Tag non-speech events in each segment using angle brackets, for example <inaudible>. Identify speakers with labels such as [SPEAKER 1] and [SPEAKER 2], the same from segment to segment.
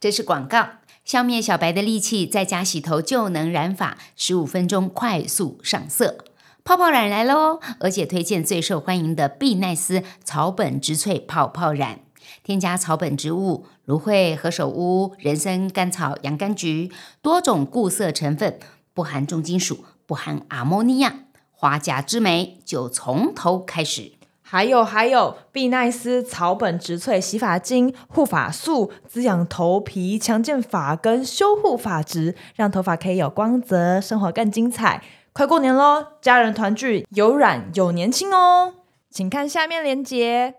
[SPEAKER 1] 这是广告。消灭小白的利器，在家洗头就能染发，十五分钟快速上色。泡泡染来喽，而且推荐最受欢迎的碧奈斯草本植萃泡泡染，添加草本植物芦荟、何首乌、人参、甘草、洋甘菊多种固色成分，不含重金属，不含阿莫尼亚。花甲之美就从头开始。
[SPEAKER 2] 还有还有，碧奈斯草本植萃洗发精、护发素，滋养头皮，强健发根，修护发质，让头发可以有光泽，生活更精彩。快过年喽，家人团聚，有染有年轻哦。请看下面链接。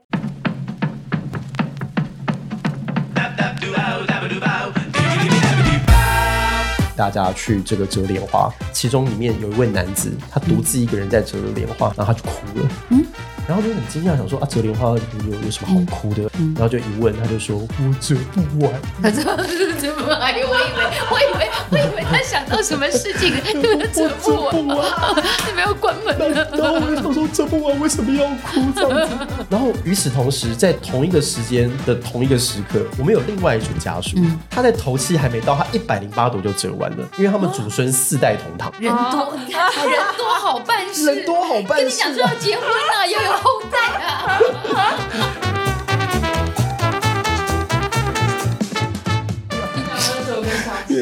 [SPEAKER 3] 大家去这个折莲花，其中里面有一位男子，他独自一个人在折莲花，然后他就哭了。嗯，然后就很惊讶，想说啊，折莲花有有什么好哭的？
[SPEAKER 4] 嗯
[SPEAKER 3] 然后就一问，他就说我折不
[SPEAKER 4] <laughs>
[SPEAKER 3] 完。
[SPEAKER 4] 他这怎么？哎呦，我以为，我以为，我以为他想到什么事
[SPEAKER 1] <laughs>
[SPEAKER 4] 情，就是折不
[SPEAKER 3] 我折不完
[SPEAKER 4] 完，你没有关门
[SPEAKER 3] 然
[SPEAKER 4] 了。
[SPEAKER 3] 后我就想说折不完为什么要哭这样子？然后与此同时，在同一个时间的同一个时刻，我们有另外一组家属，
[SPEAKER 4] 嗯
[SPEAKER 3] 他在头七还没到，他一百零八朵就折完了，因为他们祖孙四代同堂。
[SPEAKER 4] 人多，你看人多好办事，
[SPEAKER 3] 人多好办事啊
[SPEAKER 4] 跟你讲说要结婚了，要有后代
[SPEAKER 1] <laughs>
[SPEAKER 4] 啊。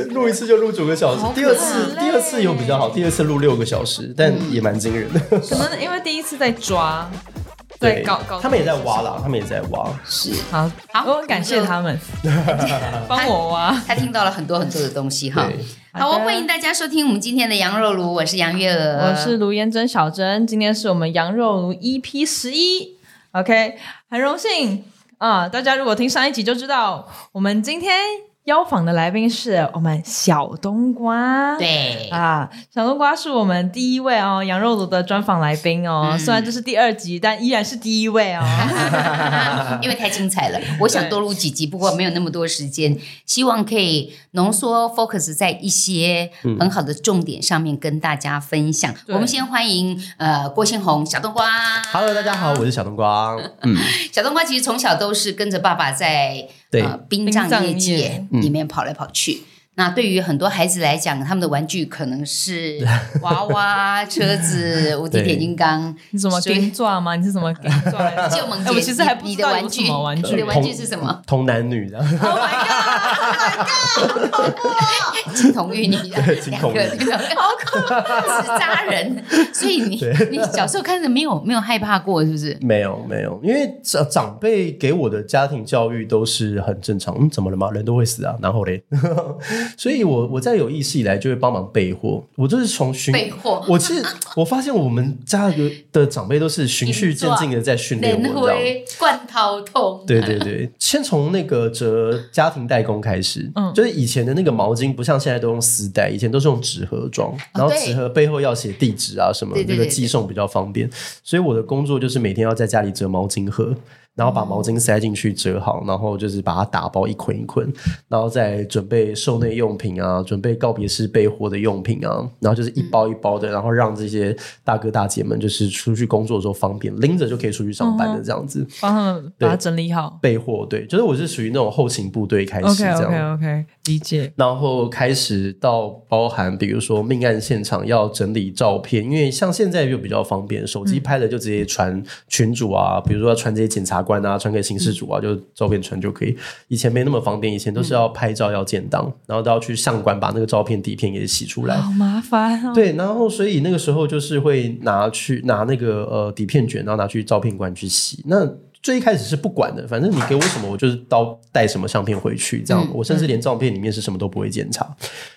[SPEAKER 3] 录一次就录九个小时
[SPEAKER 4] 好，
[SPEAKER 3] 第二次第二次有比较好，第二次录六个小时，但也蛮惊人的。
[SPEAKER 2] 什么？因为第一次在抓，在
[SPEAKER 3] 对
[SPEAKER 2] 搞搞，
[SPEAKER 3] 他们也在挖啦，他们也在挖。
[SPEAKER 2] 好，
[SPEAKER 4] 好
[SPEAKER 2] 我感谢他们， <laughs> 帮我挖。
[SPEAKER 1] 他听到了很多很多的东西哈。
[SPEAKER 3] 对，
[SPEAKER 1] 好
[SPEAKER 2] 好
[SPEAKER 1] 哦，
[SPEAKER 2] 的
[SPEAKER 1] 欢迎大家收听我们今天的羊肉炉，我是杨月娥，
[SPEAKER 2] 我是卢妍珍小珍，今天是我们羊肉炉 EP 十一，OK，很荣幸啊、大家如果听上一集就知道，我们今天邀访的来宾是我们小冬瓜。。
[SPEAKER 1] 对，
[SPEAKER 2] 啊，小冬瓜是我们第一位哦，羊肉炉的专访来宾哦。
[SPEAKER 1] 嗯
[SPEAKER 2] 虽然这是第二集，但依然是第一位
[SPEAKER 3] <laughs>
[SPEAKER 2] 哦。
[SPEAKER 1] 因为太精彩了，我想多录几集，不过没有那么多时间，希望可以浓缩 focus 在一些
[SPEAKER 3] 嗯
[SPEAKER 1] 很好的重点上面跟大家分享。
[SPEAKER 2] 对
[SPEAKER 1] 我们先欢迎呃郭新红小冬瓜
[SPEAKER 3] Hello，大家好，我是小冬瓜。嗯，
[SPEAKER 1] 小冬瓜其实从小都是跟着爸爸在
[SPEAKER 3] 对
[SPEAKER 1] 呃、殡葬业
[SPEAKER 2] 殡葬
[SPEAKER 1] 界
[SPEAKER 2] 业
[SPEAKER 1] 里面跑来跑去。那对于很多孩子来讲，他们的玩具可能是
[SPEAKER 3] <laughs>
[SPEAKER 1] 娃娃、车子、无敌
[SPEAKER 3] 对
[SPEAKER 1] 铁金刚。
[SPEAKER 2] 你怎么
[SPEAKER 1] 所以
[SPEAKER 2] 跟抓吗？你是怎么跟抓来着？
[SPEAKER 1] 就萌
[SPEAKER 2] 哎
[SPEAKER 1] 姐，
[SPEAKER 2] 我其实还不
[SPEAKER 1] 你你
[SPEAKER 2] 知
[SPEAKER 1] 的
[SPEAKER 2] 道
[SPEAKER 1] 玩
[SPEAKER 2] 有什
[SPEAKER 1] 具，
[SPEAKER 2] 么玩
[SPEAKER 1] 你
[SPEAKER 2] 具
[SPEAKER 1] 的。玩具是什么？
[SPEAKER 3] 同男女这样，
[SPEAKER 1] 金童玉女
[SPEAKER 3] <laughs>
[SPEAKER 1] 的
[SPEAKER 3] 金
[SPEAKER 1] 两
[SPEAKER 3] 童玉
[SPEAKER 1] 个
[SPEAKER 3] 女
[SPEAKER 1] 那个，好可怕，纸扎人。所以你你小时候看着没有没有害怕过，是不是？
[SPEAKER 3] <laughs> 没有没有，因为长长辈给我的家庭教育都是很正常，嗯，怎么了吗？人都会死啊，然后嘞， <laughs> 所以我我在有意识以来就会帮忙备货，我就是从巡
[SPEAKER 1] 备货
[SPEAKER 3] 我其实我发现我们家的的长辈都是循序渐进的在训练
[SPEAKER 1] 连
[SPEAKER 3] 我，你知道吗？
[SPEAKER 1] 灰罐头痛，
[SPEAKER 3] 对对对，先从那个折家庭代工开始，
[SPEAKER 2] 嗯
[SPEAKER 3] 就是以前的那个毛巾不像现在都用丝带，以前都是用纸盒装，然
[SPEAKER 1] 哦
[SPEAKER 3] 后
[SPEAKER 1] 对
[SPEAKER 3] 纸盒背后要写地址啊什么，
[SPEAKER 1] 对对
[SPEAKER 3] 这
[SPEAKER 1] 对
[SPEAKER 3] 个寄送比较方便。所以我的工作就是每天要在家里折毛巾盒，然后把毛巾塞进去折好，然后就是把它打包一捆一捆，然后再准备售内用品啊，准备告别式备货的用品啊，然后就是
[SPEAKER 1] 嗯
[SPEAKER 3] 一包一包的，然后让这些大哥大姐们就是出去工作的时候方便拎着就可以出去上
[SPEAKER 1] 嗯
[SPEAKER 3] 班的这样子。
[SPEAKER 2] 帮他们把它整理好。
[SPEAKER 3] 备货，对，就是我是属于那种后勤部队开始
[SPEAKER 2] OK
[SPEAKER 3] 这样
[SPEAKER 2] OK OK，理解。
[SPEAKER 3] 然后开始到包含比如说命案现场要整理照片，因为像现在就比较方便，手机拍了就直接传群主啊，比如说要传这些检察官啊，传给刑事组啊，就照片传就可以。以前没那么方便，以前都是要拍照要建档，然后都要去相馆把那个照片底片给洗
[SPEAKER 2] <laughs>
[SPEAKER 3] 出来。
[SPEAKER 2] 好麻烦哦。
[SPEAKER 3] 对，然后所以那个时候就是会拿去拿那个呃底片卷，然后拿去照片馆去洗。那最一开始是不管的，反正你给我什么，我就是刀带什么相片回去，这样。我甚至连照片里面是什么都不会检查。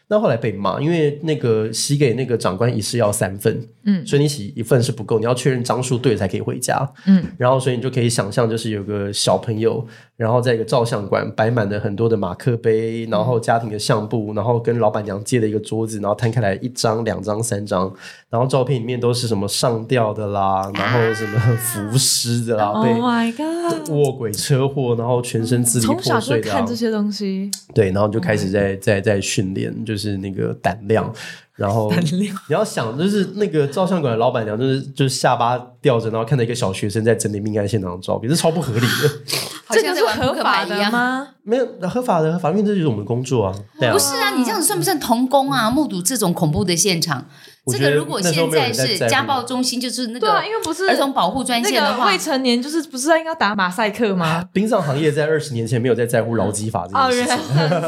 [SPEAKER 3] 那后来被骂，因为那个洗给那个长官一次要三份，嗯，所以你洗一份是不够，你要确认张数对才可以回家，嗯。然后所以你就可以想象，就是有个小朋友，然后在一个照相馆摆满了很多的马克杯，然后家庭的相簿，然后跟老板娘借了一个桌子，然后摊开来一张、两张、三张，然后照片里面都是什么上吊的
[SPEAKER 2] <laughs>
[SPEAKER 3] 啦，然后什么浮尸的啦，
[SPEAKER 2] Oh
[SPEAKER 3] 被
[SPEAKER 2] my god！
[SPEAKER 3] 卧轨车祸，然后全身支离
[SPEAKER 2] 从小就会
[SPEAKER 3] 破碎的、
[SPEAKER 2] 看
[SPEAKER 3] 啊
[SPEAKER 2] 这，些东西，
[SPEAKER 3] 对，然后你就
[SPEAKER 5] 嗯
[SPEAKER 3] 开始在在在训练，就是那个胆量。然
[SPEAKER 5] <laughs>
[SPEAKER 3] 后
[SPEAKER 2] 胆
[SPEAKER 3] 你
[SPEAKER 2] 量
[SPEAKER 3] 要想，就是那个照相馆的老板娘，就是就是下巴吊着，然后看到一个小学生在整理命案现场的照片，这超不合理的。 <laughs>
[SPEAKER 4] 好
[SPEAKER 5] 这
[SPEAKER 4] 像
[SPEAKER 5] 个
[SPEAKER 4] 在
[SPEAKER 5] 是
[SPEAKER 4] 玩扑
[SPEAKER 5] 合
[SPEAKER 4] 克
[SPEAKER 5] 法
[SPEAKER 4] 牌一
[SPEAKER 5] 的
[SPEAKER 4] 样。
[SPEAKER 5] 吗？
[SPEAKER 3] 没有合法的合法，因为这就是我们的工作啊。对啊，
[SPEAKER 1] 不是啊，你这样子算不算童工啊？目睹这种恐怖的现场，
[SPEAKER 3] 我
[SPEAKER 1] 这
[SPEAKER 3] 觉
[SPEAKER 1] 个
[SPEAKER 3] 得
[SPEAKER 1] 如果
[SPEAKER 3] 那时候
[SPEAKER 1] 现
[SPEAKER 3] 没有
[SPEAKER 1] 在
[SPEAKER 3] 人在
[SPEAKER 1] 是
[SPEAKER 3] 在乎
[SPEAKER 1] 家暴中心，就是
[SPEAKER 5] <laughs>
[SPEAKER 1] 那
[SPEAKER 5] 对
[SPEAKER 1] 个
[SPEAKER 5] 啊，因为不是
[SPEAKER 1] 儿童保护专
[SPEAKER 5] 那
[SPEAKER 1] 线的
[SPEAKER 5] 个
[SPEAKER 1] 话
[SPEAKER 5] 未，成年，就是不是应该打马赛克吗？
[SPEAKER 3] 殡葬行业在二十年前没有在在乎劳基法这
[SPEAKER 5] 哦，原
[SPEAKER 3] 件事
[SPEAKER 5] 来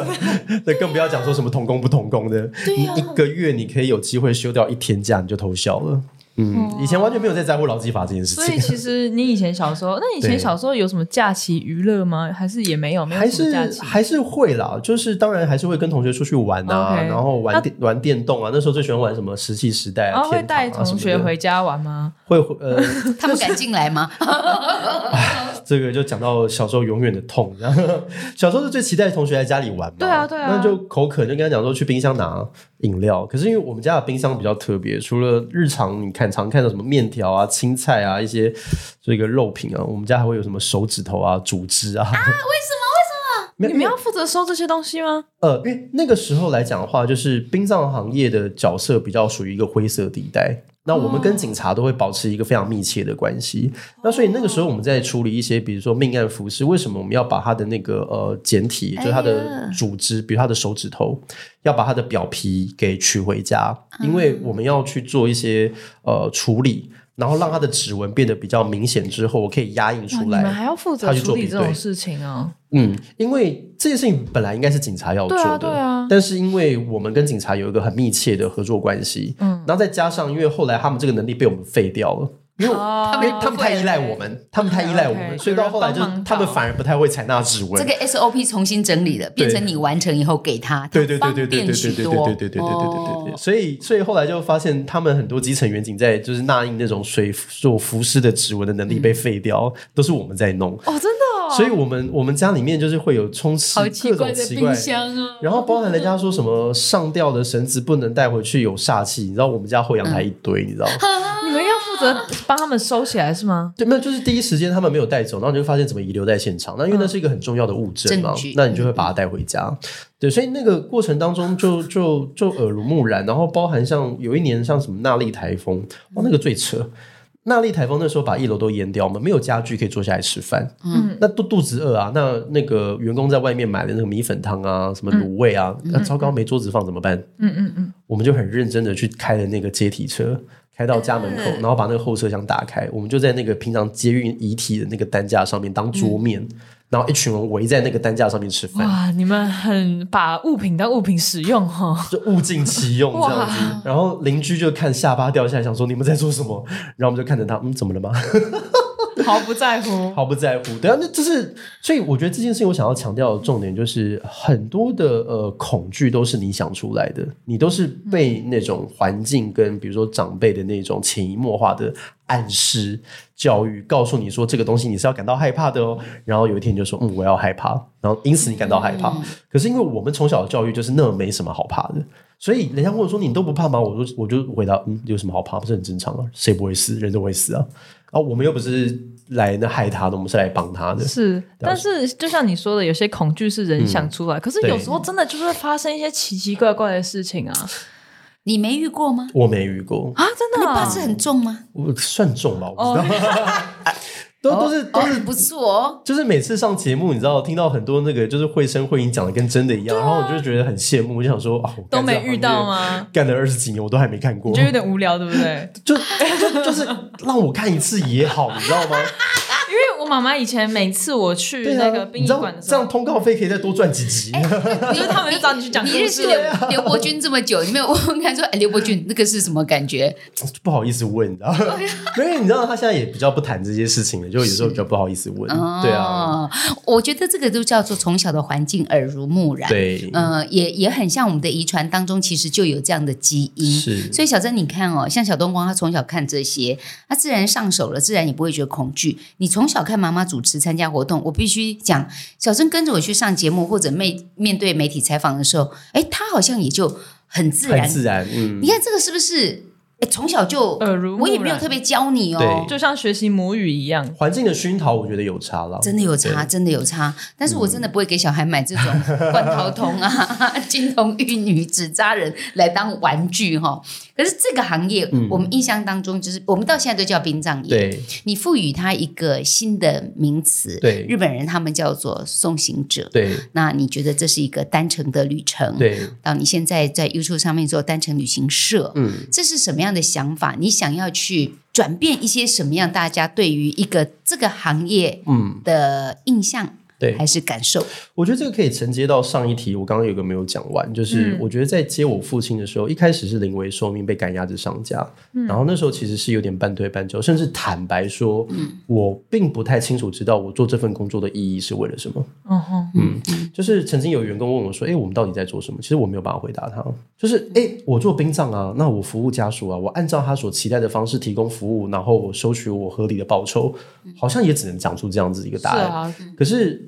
[SPEAKER 3] <laughs> 情，那、更不要讲说什么童工不童工的。你
[SPEAKER 5] 啊
[SPEAKER 3] 一个月你可以有机会休掉一天假，你就偷笑了。嗯，以前完全没有在在乎劳基法这件事
[SPEAKER 5] 哦所
[SPEAKER 3] <laughs>
[SPEAKER 5] 以
[SPEAKER 3] 情，
[SPEAKER 5] 其实你以前小时候，那你以前
[SPEAKER 3] 对
[SPEAKER 5] 小时候有什么假期娱乐吗？还是也没有？没有
[SPEAKER 3] 还
[SPEAKER 5] 什么
[SPEAKER 3] 是
[SPEAKER 5] 假期？
[SPEAKER 3] 还是会啦，就是当然还是会跟同学出去玩啊
[SPEAKER 5] OK
[SPEAKER 3] 然
[SPEAKER 5] 那
[SPEAKER 3] 后玩电玩电动啊。那时候最喜欢玩什么《石器时代》
[SPEAKER 5] 然
[SPEAKER 3] 啊，
[SPEAKER 5] 哦后会
[SPEAKER 3] 天堂
[SPEAKER 5] 带
[SPEAKER 3] 啊
[SPEAKER 5] 同
[SPEAKER 3] 什么
[SPEAKER 5] 学
[SPEAKER 3] 的
[SPEAKER 5] 回家玩吗？
[SPEAKER 3] 会回呃，
[SPEAKER 1] 他们敢进来吗？
[SPEAKER 3] 这个就讲到小时候永远的痛。然后小时候是最期待同学来家里玩嘛，
[SPEAKER 5] 对啊对啊
[SPEAKER 3] 那就口渴就跟他讲说去冰箱拿饮料。可是因为我们家的冰箱比较特别，除了日常你看常看到什么面条啊、青菜啊一些这个肉品啊，我们家还会有什么手指头啊、组织啊。啊，为什么？为什么？
[SPEAKER 5] 你们要负责收这些东西吗？
[SPEAKER 3] 呃，因为那个时候来讲的话，就是殡葬行业的角色比较属于一个灰色地带。那我
[SPEAKER 5] 哦
[SPEAKER 3] 们跟警察都会保持一个非常密切的关系。那所以那个时候我们在处理一些，比如说命案服饰，为什么我们要把他的那个呃简体，就是他
[SPEAKER 5] 哎
[SPEAKER 3] 的组织，比如他的手指头，要把他的表皮给取回家，
[SPEAKER 5] 嗯
[SPEAKER 3] 因为我们要去做一些呃处理，然后让他的指纹变得比较明显之后，我可以压印
[SPEAKER 5] 哇，
[SPEAKER 3] 出
[SPEAKER 5] 哦你们还
[SPEAKER 3] 来。
[SPEAKER 5] 要负责
[SPEAKER 3] 他去
[SPEAKER 5] 处
[SPEAKER 3] 做
[SPEAKER 5] 理
[SPEAKER 3] 比
[SPEAKER 5] 这
[SPEAKER 3] 对
[SPEAKER 5] 种事情哦。
[SPEAKER 3] 嗯，因为这件事情本来应该是警察要做
[SPEAKER 5] 对
[SPEAKER 3] 的，
[SPEAKER 5] 啊，对啊，
[SPEAKER 3] 但是因为我们跟警察有一个很密切的合作关系，嗯，然后再加上因为后来他们这个能力被我们废掉了。因为
[SPEAKER 5] 哦
[SPEAKER 3] 因为他们太依赖我们，他们太依赖我
[SPEAKER 5] OK，OK，
[SPEAKER 3] 们，所以到后来就
[SPEAKER 5] 有人帮忙
[SPEAKER 3] 他们
[SPEAKER 5] 找
[SPEAKER 3] 反而不太会采纳指纹
[SPEAKER 1] 这。个 SOP 重新整理了，变成你完成以后给他，
[SPEAKER 3] 对对
[SPEAKER 1] 他
[SPEAKER 3] 对
[SPEAKER 1] 方
[SPEAKER 3] 对对对
[SPEAKER 1] 便
[SPEAKER 3] 对
[SPEAKER 1] 许
[SPEAKER 3] 对对对
[SPEAKER 1] 多
[SPEAKER 3] 对对对对对对
[SPEAKER 1] 哦
[SPEAKER 3] 所以所以后来就发现他们很多基层员警在就是捺印那种水做服饰的指纹的能力被废掉，都是我们在弄。
[SPEAKER 5] 哦，真的哦，
[SPEAKER 3] 所以我们我们家里面就是会有充斥
[SPEAKER 4] 好奇
[SPEAKER 3] 各
[SPEAKER 4] 怪
[SPEAKER 3] 种
[SPEAKER 4] 的
[SPEAKER 3] 奇怪
[SPEAKER 4] 冰。箱
[SPEAKER 1] 哦
[SPEAKER 4] 啊！
[SPEAKER 3] 然后包含人家说什么上吊的绳子不能带回去有煞气，你知道我们家后阳台一堆，你知道吗？
[SPEAKER 1] 嗯
[SPEAKER 5] 你们要负责帮他们收起来是吗？
[SPEAKER 3] <laughs> 对，没有，就是第一时间他们没有带走，然后你就发现怎么遗留在现场。那因为那是一个很重要的物证
[SPEAKER 1] 嗯
[SPEAKER 3] 嘛，
[SPEAKER 1] 证据嗯
[SPEAKER 3] 那你就会把它带回家。对，所以那个过程当中就就就耳濡目染，然后包含像有一年像什么纳莉台风，哇，那个最扯。纳莉台风那时候把一楼都淹掉，我们没有家具可以坐下来吃饭。
[SPEAKER 5] 嗯
[SPEAKER 3] 嗯，那肚肚子饿啊，那那个员工在外面买的那个米粉汤啊，什么卤味啊，啊糟糕，没桌子放怎么办？
[SPEAKER 5] 嗯嗯嗯，
[SPEAKER 3] 我们就很认真的去开了那个接体车，开到家门口，
[SPEAKER 5] 嗯
[SPEAKER 3] 然后把那个后车厢打开，我们就在那个平常接运遗体的那个担架上面当桌面，然后一群人围在那个担架上面吃饭，
[SPEAKER 5] 嗯哇，你们很把物品当物品使用哦。
[SPEAKER 3] <laughs> 就物尽其用这样子。然后邻居就看下巴掉下来，想说你们在做什么？然后我们就看着他，嗯，怎么了吗？
[SPEAKER 5] 毫不在乎。
[SPEAKER 3] 毫不在乎。对啊，那这是，所以我觉得这件事情我想要强调的重点就是，很多的呃恐惧都是你想出来的，你都是被那种环境跟比如说长辈的那种潜移默化的暗示、教育，告诉你说这个东西你是要感到害怕的哦。然后有一天你就说，嗯，我要害怕，然后因此你感到害怕。可是因为我们从小的教育就是那没什么好怕的。所以人家问我说你都不怕吗？我就我就回答嗯，有什么好怕？不是很正常吗？谁不会死？人都会死啊！啊，我们又不是来那害他的，我们是来帮他的。
[SPEAKER 5] 是，但是就像你说的，有些恐惧是
[SPEAKER 1] 嗯
[SPEAKER 5] 人想出来，可是
[SPEAKER 3] 对
[SPEAKER 5] 有时候真的就是会发生一些奇奇怪怪的事情啊
[SPEAKER 1] 你没遇过吗？
[SPEAKER 3] 我没遇过，
[SPEAKER 5] 啊！真的
[SPEAKER 1] 你
[SPEAKER 5] 啊、
[SPEAKER 1] 八字很重吗？
[SPEAKER 3] 我算重吧，我不知道。
[SPEAKER 5] 哦
[SPEAKER 3] <laughs> 都都是都是
[SPEAKER 1] 哦，不错哦。
[SPEAKER 3] 就是每次上节目，你知道听到很多那个就是绘声绘影讲的跟真的一样，然后我就觉得很羡慕，我就想说啊，我
[SPEAKER 5] 啊都
[SPEAKER 3] 干这
[SPEAKER 5] 没
[SPEAKER 3] 行业
[SPEAKER 5] 遇到
[SPEAKER 1] <laughs>
[SPEAKER 5] 吗？
[SPEAKER 3] 干了二十几年，我都还没看过
[SPEAKER 5] 你，就有点无聊，对不对？
[SPEAKER 3] 就就就是让我看一次也好，你
[SPEAKER 5] <laughs>
[SPEAKER 3] 知道吗？
[SPEAKER 5] 因为我妈妈以前每次我去
[SPEAKER 3] 对
[SPEAKER 5] 那个
[SPEAKER 3] 啊，
[SPEAKER 5] 殡
[SPEAKER 3] 你
[SPEAKER 5] 仪
[SPEAKER 3] 知道
[SPEAKER 5] 馆的时
[SPEAKER 3] 这
[SPEAKER 5] 候哎
[SPEAKER 3] 样，通告费可以再多赚几集。
[SPEAKER 5] 因为他们就找你去讲故
[SPEAKER 1] 你认识
[SPEAKER 5] 事，啊
[SPEAKER 3] 啊
[SPEAKER 1] 刘刘伯钧这么久，你没有问问看说，哎，刘伯钧那个是什么感觉？
[SPEAKER 3] <laughs> 不好意思问，你知道吗？ <laughs> 因为你知道他现在也比较不谈这些事情了，就有时候比较不好意思问。对啊，
[SPEAKER 1] 哦，我觉得这个都叫做从小的环境耳濡目染。，
[SPEAKER 3] 对，
[SPEAKER 1] 呃，也也很像我们的遗传当中，其实就有这样的基因。
[SPEAKER 3] 是
[SPEAKER 1] 所以小珍，你看哦，像小冬瓜，他从小看这些，他自然上手了，自然也不会觉得恐惧。你从小看妈妈主持参加活动，我必须讲，小珍跟着我去上节目或者面面对媒体采访的时候，哎，她好像也就很自
[SPEAKER 3] 很
[SPEAKER 1] 然。
[SPEAKER 3] 自然。嗯
[SPEAKER 1] 你，看这个是不是？哎，从小就
[SPEAKER 5] 耳濡目
[SPEAKER 1] 我也没有
[SPEAKER 5] 染
[SPEAKER 1] 特别教你哦
[SPEAKER 3] 对，
[SPEAKER 5] 就像学习母语一样。
[SPEAKER 3] 环境的熏陶，我觉得有差了。
[SPEAKER 1] 真的有差，真的有差。但是我真的
[SPEAKER 3] 嗯
[SPEAKER 1] 不会给小孩买这种 <laughs>
[SPEAKER 3] <laughs>
[SPEAKER 1] 罐头桶啊、金童玉女、纸扎人来当玩具哈、可是这个行业，我们印象当中就是我们到现在都叫殡葬业，
[SPEAKER 3] 嗯对
[SPEAKER 1] 你赋予它一个新的名词，
[SPEAKER 3] 对
[SPEAKER 1] 日本人他们叫做送行者。
[SPEAKER 3] 对
[SPEAKER 1] 那你觉得这是一个单程的旅程？，
[SPEAKER 3] 对，
[SPEAKER 1] 到你现在在 YouTube 上面做单程旅行社，
[SPEAKER 3] 嗯，
[SPEAKER 1] 这是什么样的想法？你想要去转变一些什么样大家对于一个这个行业
[SPEAKER 3] 嗯
[SPEAKER 1] 的印象？
[SPEAKER 3] 对
[SPEAKER 1] 还是感受？
[SPEAKER 3] 我觉得这个可以承接到上一题，我刚刚有个没有讲完，就是
[SPEAKER 5] 嗯
[SPEAKER 3] 我觉得在接我父亲的时候，一开始是临危受命被赶鸭子上架，
[SPEAKER 5] 嗯
[SPEAKER 3] 然后那时候其实是有点半推半就，甚至坦白说，
[SPEAKER 5] 嗯
[SPEAKER 3] 我并不太清楚知道我做这份工作的意义是为了什么。
[SPEAKER 5] 嗯哼，
[SPEAKER 3] 就是曾经有员工问我说：“哎、我们到底在做什么？”其实我没有办法回答他，就是哎、诶我做殡葬啊，那我服务家属啊，我按照他所期待的方式提供服务，然后我收取我合理的报酬，好像也只能讲出这样子一个答
[SPEAKER 5] 啊
[SPEAKER 3] 案。
[SPEAKER 1] 啊
[SPEAKER 3] 可是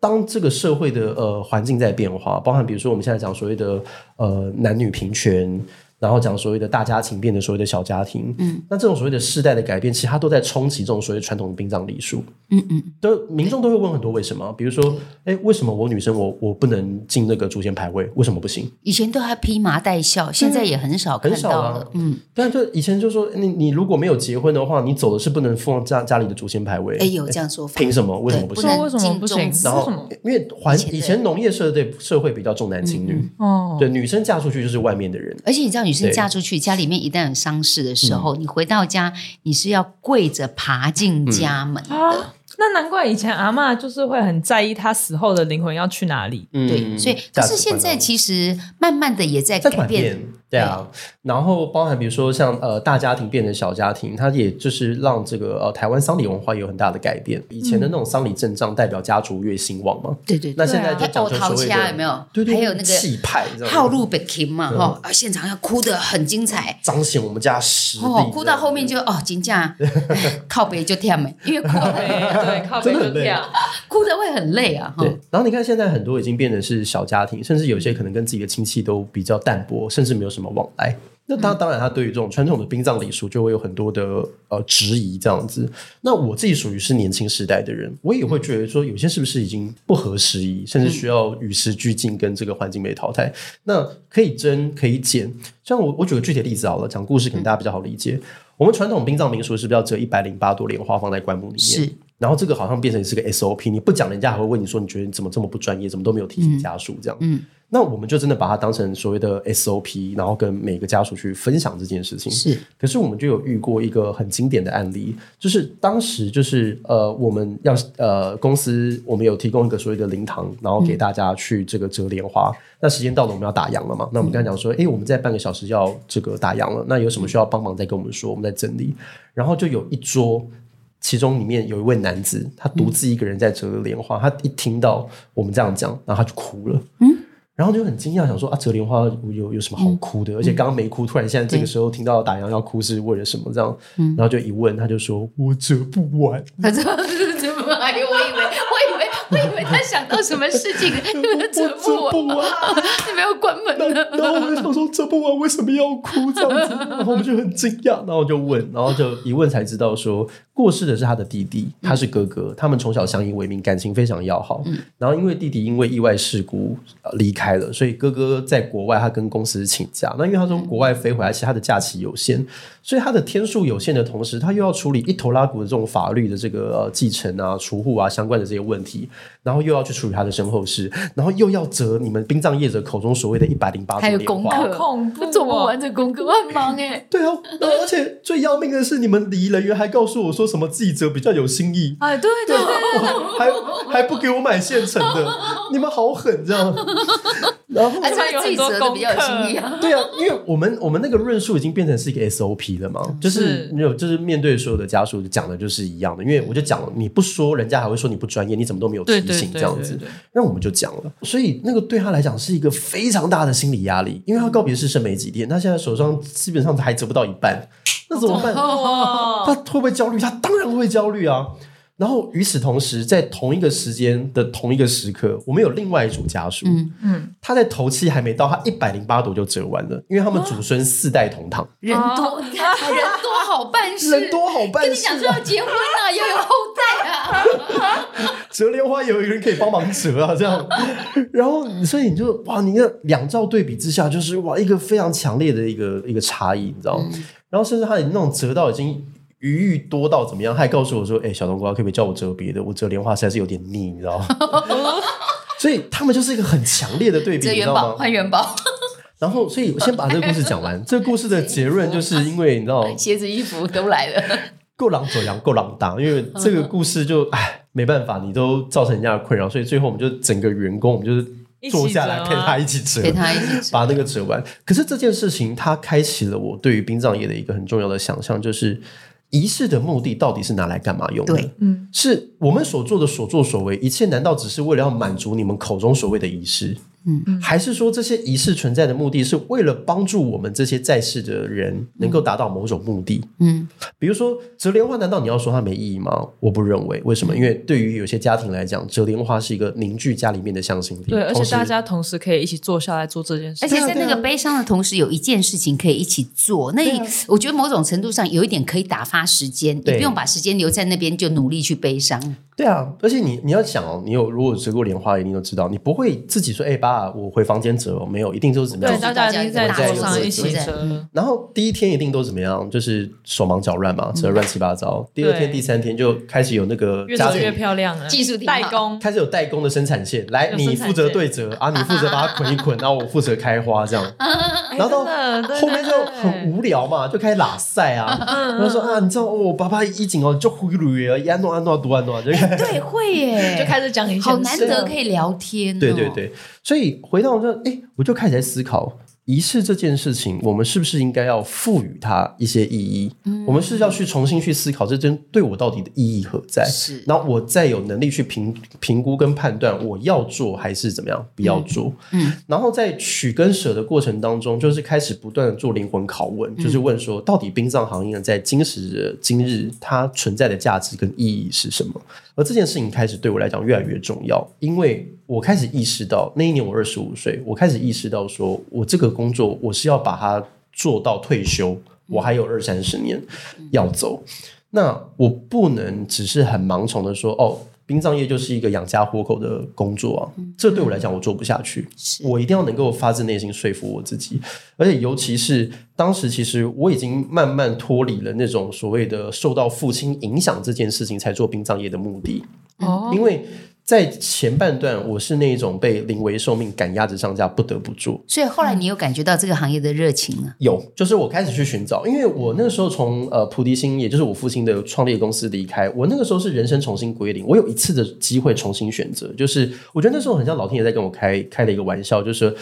[SPEAKER 3] 当这个社会的呃环境在变化，包含比如说我们现在讲所谓的呃男女平权。然后讲所谓的大家庭变得所谓的小家庭，嗯，那这种所谓的世代的改变，其实它都在冲击这种所谓传统的殡葬礼数，
[SPEAKER 1] 嗯嗯，
[SPEAKER 3] 都民众都会问很多为什么，比如说，哎，为什么我女生我我不能进那个祖先牌位，为什么不行？
[SPEAKER 1] 以前都还披麻戴孝，现在也很少看
[SPEAKER 3] 很少
[SPEAKER 1] 到
[SPEAKER 3] 啊
[SPEAKER 1] 了。嗯，
[SPEAKER 3] 但就以前就说，你你如果没有结婚的话，你走的是不能放家家里的祖先牌位，
[SPEAKER 1] 哎，有这样说法，
[SPEAKER 3] 凭什么？为什么
[SPEAKER 1] 对
[SPEAKER 3] 不
[SPEAKER 1] 不
[SPEAKER 3] 行？
[SPEAKER 1] 能
[SPEAKER 5] 那为什么不行
[SPEAKER 1] 敬重哦
[SPEAKER 5] 为
[SPEAKER 3] 然后
[SPEAKER 5] 什么
[SPEAKER 3] 因为环
[SPEAKER 1] 以前的嗯
[SPEAKER 3] 以前农业社会社会比较重男轻女，
[SPEAKER 5] 哦，
[SPEAKER 3] 对女生嫁出去就是外面的人，
[SPEAKER 1] 而且你知道，女生
[SPEAKER 3] 对嗯
[SPEAKER 1] 嫁出去，家里面一旦有丧事的时候，你回到家，你是要跪着爬进家门的。
[SPEAKER 5] 啊，那难怪以前阿嬷就是会很在意她死后的灵魂要去哪里。
[SPEAKER 3] 嗯
[SPEAKER 1] 对，所以可
[SPEAKER 3] 价
[SPEAKER 1] 是
[SPEAKER 3] 值
[SPEAKER 1] 现
[SPEAKER 3] 观
[SPEAKER 1] 在
[SPEAKER 3] 上
[SPEAKER 1] 其实慢慢的也在
[SPEAKER 3] 在
[SPEAKER 1] 改
[SPEAKER 3] 转变，对啊，然后包含比如说像呃大家庭变成小家庭，它也就是让这个呃台湾丧礼文化有很大的改变。以前的那种丧礼阵仗代表家族越兴旺嘛，
[SPEAKER 1] 对对对
[SPEAKER 3] 那现在
[SPEAKER 5] 对
[SPEAKER 3] 就
[SPEAKER 1] 啊
[SPEAKER 3] 讲究所谓
[SPEAKER 1] 还有桃
[SPEAKER 3] 的
[SPEAKER 1] 掐有没有
[SPEAKER 3] 对对，
[SPEAKER 1] 还有那个
[SPEAKER 3] 气派，这样
[SPEAKER 1] 号路北 k 嘛，哈、啊，现场要哭得很精彩。
[SPEAKER 3] 彰显我们家实力，
[SPEAKER 1] 哦，哭到后面就哦，紧
[SPEAKER 3] <laughs>
[SPEAKER 1] 张，靠背就跳没，因为哭
[SPEAKER 5] 对，靠
[SPEAKER 3] 背就跳。
[SPEAKER 1] 哭的会很累啊，哈
[SPEAKER 3] 对，，然后你看现在很多已经变成是小家庭，甚至有些可能跟自己的亲戚都比较淡薄，甚至没有什么往来。那他当然，他对于这种传统的殡葬礼俗就会有很多的呃质疑这样子。那我自己属于是年轻时代的人，我也会觉得说有些是不是已经不合时宜，甚至需要与时俱进，跟这个环境被淘汰。那可以增可以减，像我我举个具体的例子好了，讲故事可能大家比较好理解。我们传统殡葬民俗是不是要折一百零八朵莲花放在棺木里面？
[SPEAKER 1] 是
[SPEAKER 3] 然后这个好像变成是个 SOP，你不讲，人家还会问你说，你觉得你怎么这么不专业，怎么都没有提醒家属这样。嗯，那我们就真的把它当成所谓的 SOP，然后跟每个家属去分享这件事情。
[SPEAKER 1] 是，
[SPEAKER 3] 可是我们就有遇过一个很经典的案例，就是当时就是呃，我们要呃公司我们有提供一个所谓的灵堂，然后给大家去这个折莲花。那时间到了，我们要打烊了嘛？那我们刚才讲说，诶，我们在半个小时要这个打烊了，那有什么需要帮忙再跟我们说，我们再整理。然后就有一桌。其中里面有一位男子，他独自一个人在折莲
[SPEAKER 4] 嗯
[SPEAKER 3] 花，他一听到我们这样讲，然后他就哭了。然后就很惊讶，想说啊，折莲花有有什
[SPEAKER 4] 嗯
[SPEAKER 3] 么好哭的？而且刚刚没哭，突然现在这个时候听到打烊要哭是为了什么？这样，
[SPEAKER 4] 嗯
[SPEAKER 3] 然后就一问，他就说我折不完，
[SPEAKER 4] 他这怎么？哎呦， <laughs> 我以为，我以为，我以为他想到什么事情，
[SPEAKER 3] 我
[SPEAKER 4] 折不
[SPEAKER 3] 折
[SPEAKER 4] 完，
[SPEAKER 3] 不完。
[SPEAKER 4] 你没有关门呢。
[SPEAKER 3] 然后我就想说折不完为什么要哭这样子？然后我们就很惊讶，然后就问，然后就一问才知道说过世的是他的弟弟，他是哥哥，他们从小相依为命，感情非常要好。然后因为弟弟因为意外事故呃离开了，所以哥哥在国外他跟公司请假。那因为他从国外飞回来，其实他的假期有限，所以他的天数有限的同时，他又要处理一头拉骨的这种法律的这个呃继承啊、除户啊相关的这些问题，然后又要去处理他的身后事，然后又要折你们殡葬业者口中所谓的一百零八
[SPEAKER 1] 还有功课
[SPEAKER 5] 好恐怖、
[SPEAKER 4] 我
[SPEAKER 5] 哦，
[SPEAKER 4] 做不完这功课，我很忙哎、
[SPEAKER 3] 对啊，然后而且最要命的是，你们礼仪人员还告诉我说什么自己折比较有新意，
[SPEAKER 1] <laughs>
[SPEAKER 3] 哦
[SPEAKER 5] 哎，对对对，
[SPEAKER 3] 还还不给我买现成的，你们好狠这样。然后
[SPEAKER 1] 而且他自己折的比较有心意啊。
[SPEAKER 3] <laughs> 对啊，因为我们我们那个论述已经变成是一个 SOP 了嘛，就是
[SPEAKER 5] 是
[SPEAKER 3] 你有就是面对所有的家属讲的就是一样的，因为我就讲了，你不说，人家还会说你不专业，你怎么都没有提
[SPEAKER 5] 对对
[SPEAKER 3] 醒
[SPEAKER 5] 对
[SPEAKER 3] 这样子
[SPEAKER 5] 对对对，
[SPEAKER 3] 那我们就讲了，所以那个对他来讲是一个非常大的心理压力，因为他告别式剩没几天，他现在手上基本上还折不到一半，那怎么
[SPEAKER 4] <laughs>
[SPEAKER 3] 办？
[SPEAKER 5] 哇，
[SPEAKER 3] 他会不会焦虑？他当然会焦虑啊。然后与此同时，在同一个时间的同一个时刻，我们有另外一组家属，嗯嗯，他在头七还没到，他一百零八朵就折完了，因为他
[SPEAKER 4] 啊
[SPEAKER 3] 们祖孙四代同堂，
[SPEAKER 1] 人多，你看人多好办事，
[SPEAKER 3] 人多好办
[SPEAKER 4] 跟你
[SPEAKER 3] 事
[SPEAKER 4] 讲说要
[SPEAKER 3] 啊，
[SPEAKER 4] 结婚啊，要有后代啊，
[SPEAKER 3] 折莲花也有一个人可以帮忙折啊，这样。 <laughs> 然后你所以你就哇，你看两照对比之下，就是哇一个非常强烈的一个一个差异，你知道吗？
[SPEAKER 4] 嗯
[SPEAKER 3] 然后甚至他已经那种折到已经。余裕多到怎么样？他还告诉我说：“哎、小冬瓜，可不可以叫我折别的？我折莲花实在是有点腻，你知
[SPEAKER 4] <laughs>
[SPEAKER 3] 道吗？”所以他们就是一个很强烈的对比，
[SPEAKER 4] 折
[SPEAKER 3] 你知
[SPEAKER 4] 元
[SPEAKER 3] 道
[SPEAKER 4] 宝
[SPEAKER 3] 吗？
[SPEAKER 4] 换元宝，
[SPEAKER 3] 然后，所以我先把这个故事讲完。这个故事的结论就是因为你知道，
[SPEAKER 4] 鞋子衣服都来了，
[SPEAKER 3] 够狼走羊，够狼当，因为这个故事
[SPEAKER 5] 嗯
[SPEAKER 3] 就唉没办法，你都造成人家的困扰，所以最后我们就整个员工，我们就是坐下来
[SPEAKER 5] 一起折啊
[SPEAKER 3] 陪
[SPEAKER 5] 吗
[SPEAKER 3] 他一起折，
[SPEAKER 1] 陪他一起
[SPEAKER 3] 把那个折完。可是这件事情，它开启了我对于殡葬业的一个很重要的想象，就是仪式的目的到底是拿来干嘛用的？
[SPEAKER 1] 对
[SPEAKER 5] 嗯，
[SPEAKER 3] 是我们所做的所作所为，一切难道只是为了要满足你们口中所谓的仪式？嗯，还是说这些仪式存在的目的是为了帮助我们这些在世的人能够达到某种目的？
[SPEAKER 1] 嗯，
[SPEAKER 3] 比如说折莲花，难道你要说它没意义吗？我不认为，为
[SPEAKER 1] 嗯
[SPEAKER 3] 什么？因为对于有些家庭来讲，折莲花是一个凝聚家里面的向心力，
[SPEAKER 2] 对，而
[SPEAKER 3] 同
[SPEAKER 2] 且
[SPEAKER 3] 时
[SPEAKER 2] 大家同时可以一起坐下来做这件事。
[SPEAKER 1] 而且
[SPEAKER 3] 啊
[SPEAKER 1] 在那个悲伤的同时，有一件事情可以一起做。那一我觉得某种程度上有一点可以打发时间，你
[SPEAKER 3] 啊对
[SPEAKER 1] 不用把时间留在那边就努力去悲伤。
[SPEAKER 3] 对啊，而且你你要想哦，你有如果折过莲花，一定都知道，你不会自己说，哎、爸，我回房间折哦，没有，一定就是怎么样
[SPEAKER 2] 对，，大家已经在桌上一起折了。
[SPEAKER 3] 然后第一天一定都怎么样，就是手忙脚乱嘛，折乱七八糟。第二天、
[SPEAKER 2] 嗯对
[SPEAKER 3] 第三天就开始有那个
[SPEAKER 2] 越
[SPEAKER 3] 家
[SPEAKER 2] 折越
[SPEAKER 3] 庭。
[SPEAKER 2] 漂亮了，
[SPEAKER 4] 技术挺好
[SPEAKER 2] 代工。
[SPEAKER 3] 开始有代工的生产线，来
[SPEAKER 2] 有
[SPEAKER 3] 你
[SPEAKER 2] 生产
[SPEAKER 3] 负责
[SPEAKER 2] 线
[SPEAKER 3] 对
[SPEAKER 2] <laughs>
[SPEAKER 3] 折啊，你负责把它捆一捆，然后我负责开花这样，然后到
[SPEAKER 2] 哎真的对嗯
[SPEAKER 3] 后面就
[SPEAKER 2] 对
[SPEAKER 3] 很无聊嘛，就开始拉塞啊，然后说啊，你知道哦，我爸爸一紧哦就呼噜耶，安诺安诺多安诺，就开始
[SPEAKER 1] 对，会耶，
[SPEAKER 2] 就开始讲以前的
[SPEAKER 1] 好
[SPEAKER 2] 事
[SPEAKER 1] 啊难得可以聊天、哦。
[SPEAKER 3] 对对，对，所以回到这，哎，我就开始在思考仪式这件事情，我们是不是应该要赋予它一些意义？我们是要去重新去思考这件对我到底的意义何在？
[SPEAKER 1] 是
[SPEAKER 3] 然后我再有能力去评评估跟判断我要做还是怎么样，不要做。
[SPEAKER 1] 嗯
[SPEAKER 3] 然后在取跟舍的过程当中，就是开始不断的做灵魂拷问，
[SPEAKER 1] 嗯
[SPEAKER 3] 就是问说，到底殡葬行业在今时的今日它存在的价值跟意义是什么？而这件事情开始对我来讲越来越重要，因为我开始意识到，那一年我二十五岁，我开始意识到说，我这个工作我是要把它做到退休，
[SPEAKER 1] 嗯
[SPEAKER 3] 我还有二三十年要走。那我不能只是很盲从的说，哦，殡葬业就是一个养家糊口的工作啊，这对我来讲我做不下去，我一定要能够发自内心说服我自己，而且尤其是当时其实我已经慢慢脱离了那种所谓的受到父亲影响这件事情才做殡葬业的目的，
[SPEAKER 2] 哦，
[SPEAKER 3] 因为。在前半段，我是那一种被临危受命、赶鸭子上架，不得不做。
[SPEAKER 1] 所以后来你有感觉到这个行业的热情啊？
[SPEAKER 3] 有，就是我开始去寻找，因为我那个时候从呃菩提心，也就是我父亲的创立公司离开，我那个时候是人生重新归零，我有一次的机会重新选择，就是我觉得那时候很像老天爷在跟我开开了一个玩笑，就是。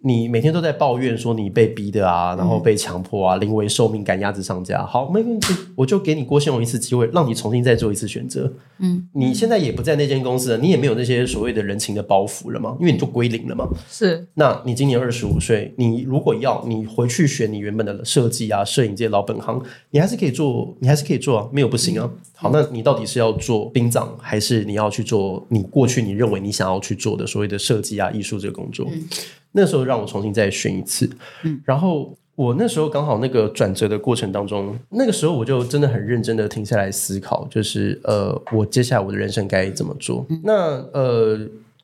[SPEAKER 3] 你每天都在抱怨说你被逼的啊，然后被强迫啊，临危受命，赶鸭子上架。好，没问题，我就给你郭先荣一次机会，让你重新再做一次选择。嗯，你现在也不在那间公司了，你也没有那些所谓的人情的包袱了嘛，因为你就归零了嘛。
[SPEAKER 2] 是
[SPEAKER 3] 那你今年二十五岁，你如果要，你回去选你原本的设计啊、摄影界老本行，你还是可以做，你还是可以做啊，没有不行啊。好，那你到底是要做殡葬，还是你要去做你过去你认为你想要去做的所谓的设计啊、艺术这个工作？那时候让我重新再选一次，然后我那时候刚好那个转折的过程当中，那个时候我就真的很认真的停下来思考，就是呃，我接下来我的人生该怎么做？那呃。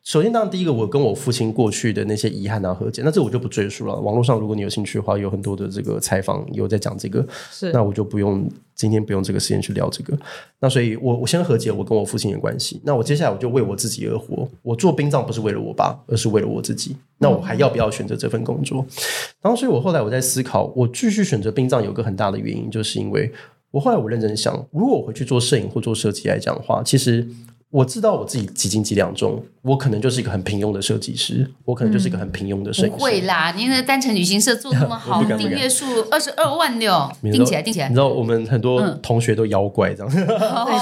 [SPEAKER 3] 首先，当然，第一个，我跟我父亲过去的那些遗憾啊、和解，那这我就不赘述了。网络上，如果你有兴趣的话，有很多的这个采访有在讲这个，
[SPEAKER 2] 是
[SPEAKER 3] 那我就不用今天不用这个时间去聊这个。那所以我，我先和解我跟我父亲的关系。那我接下来我就为我自己而活。我做殡葬不是为了我爸，而是为了我自己。那我还要不要选择这份工作？然后，所以我后来我在思考，我继续选择殡葬有个很大的原因，就是因为我后来我认真想，如果我回去做摄影或做设计来讲的话，其实我知道我自己几斤几两重，我可能就是一个很平庸的设计师，我可能就是一个很平庸的
[SPEAKER 1] 嗯
[SPEAKER 3] 摄
[SPEAKER 1] 不
[SPEAKER 3] 影师。
[SPEAKER 1] 会啦，您的单程旅行社做那么好
[SPEAKER 3] <laughs> 我不敢，不
[SPEAKER 1] 订
[SPEAKER 3] 敢
[SPEAKER 1] 阅数二十二万六，
[SPEAKER 3] <laughs> 你知
[SPEAKER 1] 订
[SPEAKER 3] 道
[SPEAKER 1] 起来，订起来嗯
[SPEAKER 3] 你知，道我们很多同学都妖怪这样。
[SPEAKER 2] 对，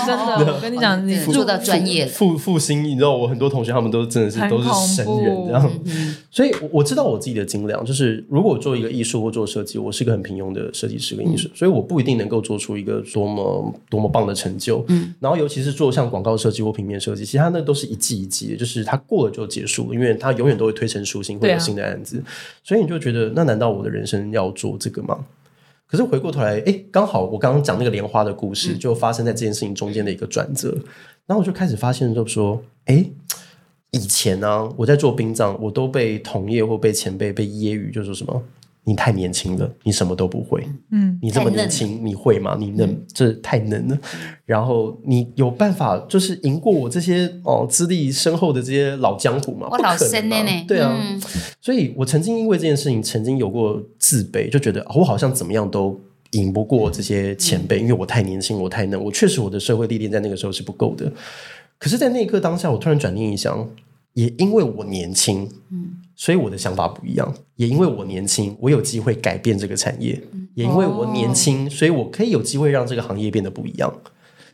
[SPEAKER 2] 真的，我跟你讲，你
[SPEAKER 1] 做到专业了。
[SPEAKER 3] 复复兴，你知道我很多同学他们都真的是
[SPEAKER 2] 很
[SPEAKER 3] 都是神人
[SPEAKER 2] 恐怖嗯
[SPEAKER 3] 这样，所以我我知道我自己的斤两，就是如果做一个艺术或做设计，我是一个很平庸的设计师跟艺术，
[SPEAKER 2] 嗯
[SPEAKER 3] 所以我不一定能够做出一个多么多么棒的成就。嗯，然后尤其是做像广告设计或平面设计，其实它那都是一季一季的，就是它过了就结束了，因为它永远都会推陈出新，会
[SPEAKER 2] 对啊
[SPEAKER 3] 有新的案子，所以你就觉得那难道我的人生要做这个吗？可是回
[SPEAKER 2] 嗯
[SPEAKER 3] 过头来，哎，刚好我刚刚讲那个莲花的故事，就发生在这件事情中间的一个转折。然后我就开始发现，就说，哎，以前呢、我在做殡葬，我都被同业或被前辈被揶揄，就说什么。你太年轻了，你什么都不会。嗯，你这么
[SPEAKER 1] 太嫩嗯
[SPEAKER 3] 年轻，你会吗？你能，这太嫩了。然后你有办法，就是赢过我这些哦资历深厚的这些老江湖吗？
[SPEAKER 1] 我
[SPEAKER 3] 不
[SPEAKER 1] 老
[SPEAKER 3] 可能
[SPEAKER 1] 深了
[SPEAKER 3] 嘛
[SPEAKER 1] 呢
[SPEAKER 3] 对啊，
[SPEAKER 1] 嗯
[SPEAKER 3] 所以我曾经因为这件事情，曾经有过自卑，就觉得啊我好像怎么样都赢不过这些前辈，因为我太年轻，我太嫩，我确实我的社会历练在那个时候是不够的。可是，在那一刻当下，我突然转念一想，也因为我年轻，所以我的想法不一样。也因为我年轻，我有机会改变这个产业；
[SPEAKER 1] 嗯
[SPEAKER 3] 也因为我年轻，所以我可以有机会让这个行业变得不一样。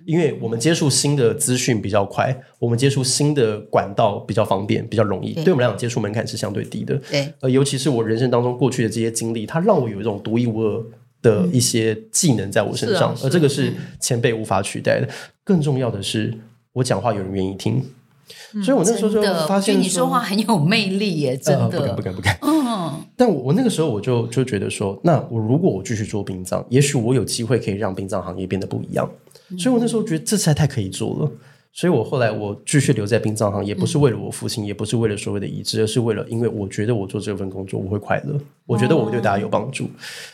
[SPEAKER 3] 因为我们接触新的资讯比较快，我们接触新的管道比较方便、比较容易，
[SPEAKER 1] 对
[SPEAKER 3] 对我们来讲，接触门槛是相对低的。
[SPEAKER 1] 对，
[SPEAKER 3] 呃，尤其是我人生当中过去的这些经历，它让我有一种独一无二的一些技能在我身上，
[SPEAKER 2] 是啊
[SPEAKER 3] 而这个是前辈无法取代的。更重要的是，我讲话有人愿意听，所以我那时候就
[SPEAKER 1] 嗯真的，
[SPEAKER 3] 发
[SPEAKER 1] 我觉得
[SPEAKER 3] 现
[SPEAKER 1] 你说话很有魅力耶，真
[SPEAKER 3] 呃
[SPEAKER 1] 的，
[SPEAKER 3] 不敢不敢不敢。
[SPEAKER 1] 嗯，
[SPEAKER 3] 但我我那个时候我就就觉得说，那我如果我继续做殡葬，也许我有机会可以让殡葬行业变得不一样。所以我那时候觉得这实在太可以做了。所以我后来我继续留在殡葬行业，不
[SPEAKER 1] 嗯
[SPEAKER 3] 是为了我父亲，也不是为了所谓的遗志，而是为了因为我觉得我做这份工作我会快
[SPEAKER 1] 哦
[SPEAKER 3] 乐，我觉得我会对大家有帮助，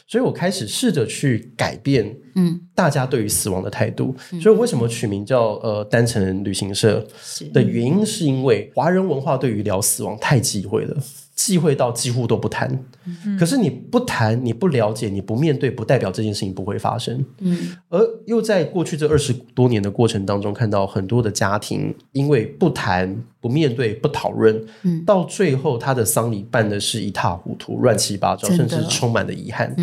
[SPEAKER 3] 所以我开始试着去改变，嗯，大家对于死亡的态度。
[SPEAKER 1] 嗯
[SPEAKER 3] 所以我为什么取名叫呃单程旅行社的
[SPEAKER 1] 嗯
[SPEAKER 3] 原因，是因为华人文化对于聊死亡太忌讳了。忌讳到几乎都不谈，
[SPEAKER 1] 嗯
[SPEAKER 3] 可是你不谈，你不了解，你不面对，不代表这件事情不会发生。
[SPEAKER 1] 嗯
[SPEAKER 3] 而又在过去这二十多年的过程当中，看到很多的家庭因为不谈、不面对、不讨论，
[SPEAKER 1] 嗯
[SPEAKER 3] 到最后他的丧礼办的是一塌糊涂、乱七八糟，
[SPEAKER 1] 真的
[SPEAKER 3] 甚至充满了遗憾。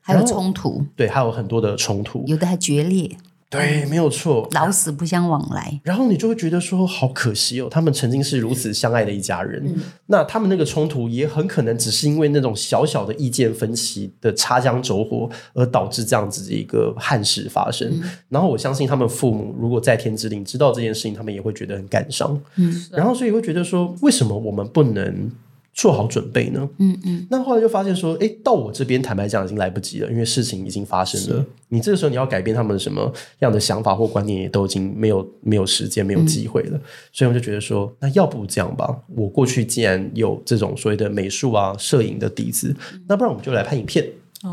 [SPEAKER 1] 还有
[SPEAKER 3] 然后
[SPEAKER 1] 冲突，
[SPEAKER 3] 对，还有很多的冲突。
[SPEAKER 1] 有的还决裂，
[SPEAKER 3] 对，没有错。
[SPEAKER 1] 老死不相往来，
[SPEAKER 3] 然后你就会觉得说，好可惜哦，他们曾经是如此相爱的一家人，那他们那个冲突也很可能只是因为那种小小的意见分歧的擦枪走火，而导致这样子的一个憾事发生。然后我相信他们父母如果在天之灵知道这件事情，他们也会觉得很感伤。然后所以会觉得说，为什么我们不能做好准备呢？嗯嗯。那后来就发现说，诶，到我这边坦白讲已经来不及了，因为事情已经发生了。你这个时候你要改变他们什么样的想法或观念，也都已经没有没有时间、没有机会了。所以我就觉得说，那要不这样吧，我过去既然有这种所谓的美术啊、摄影的底子，那不然我们就来拍影片。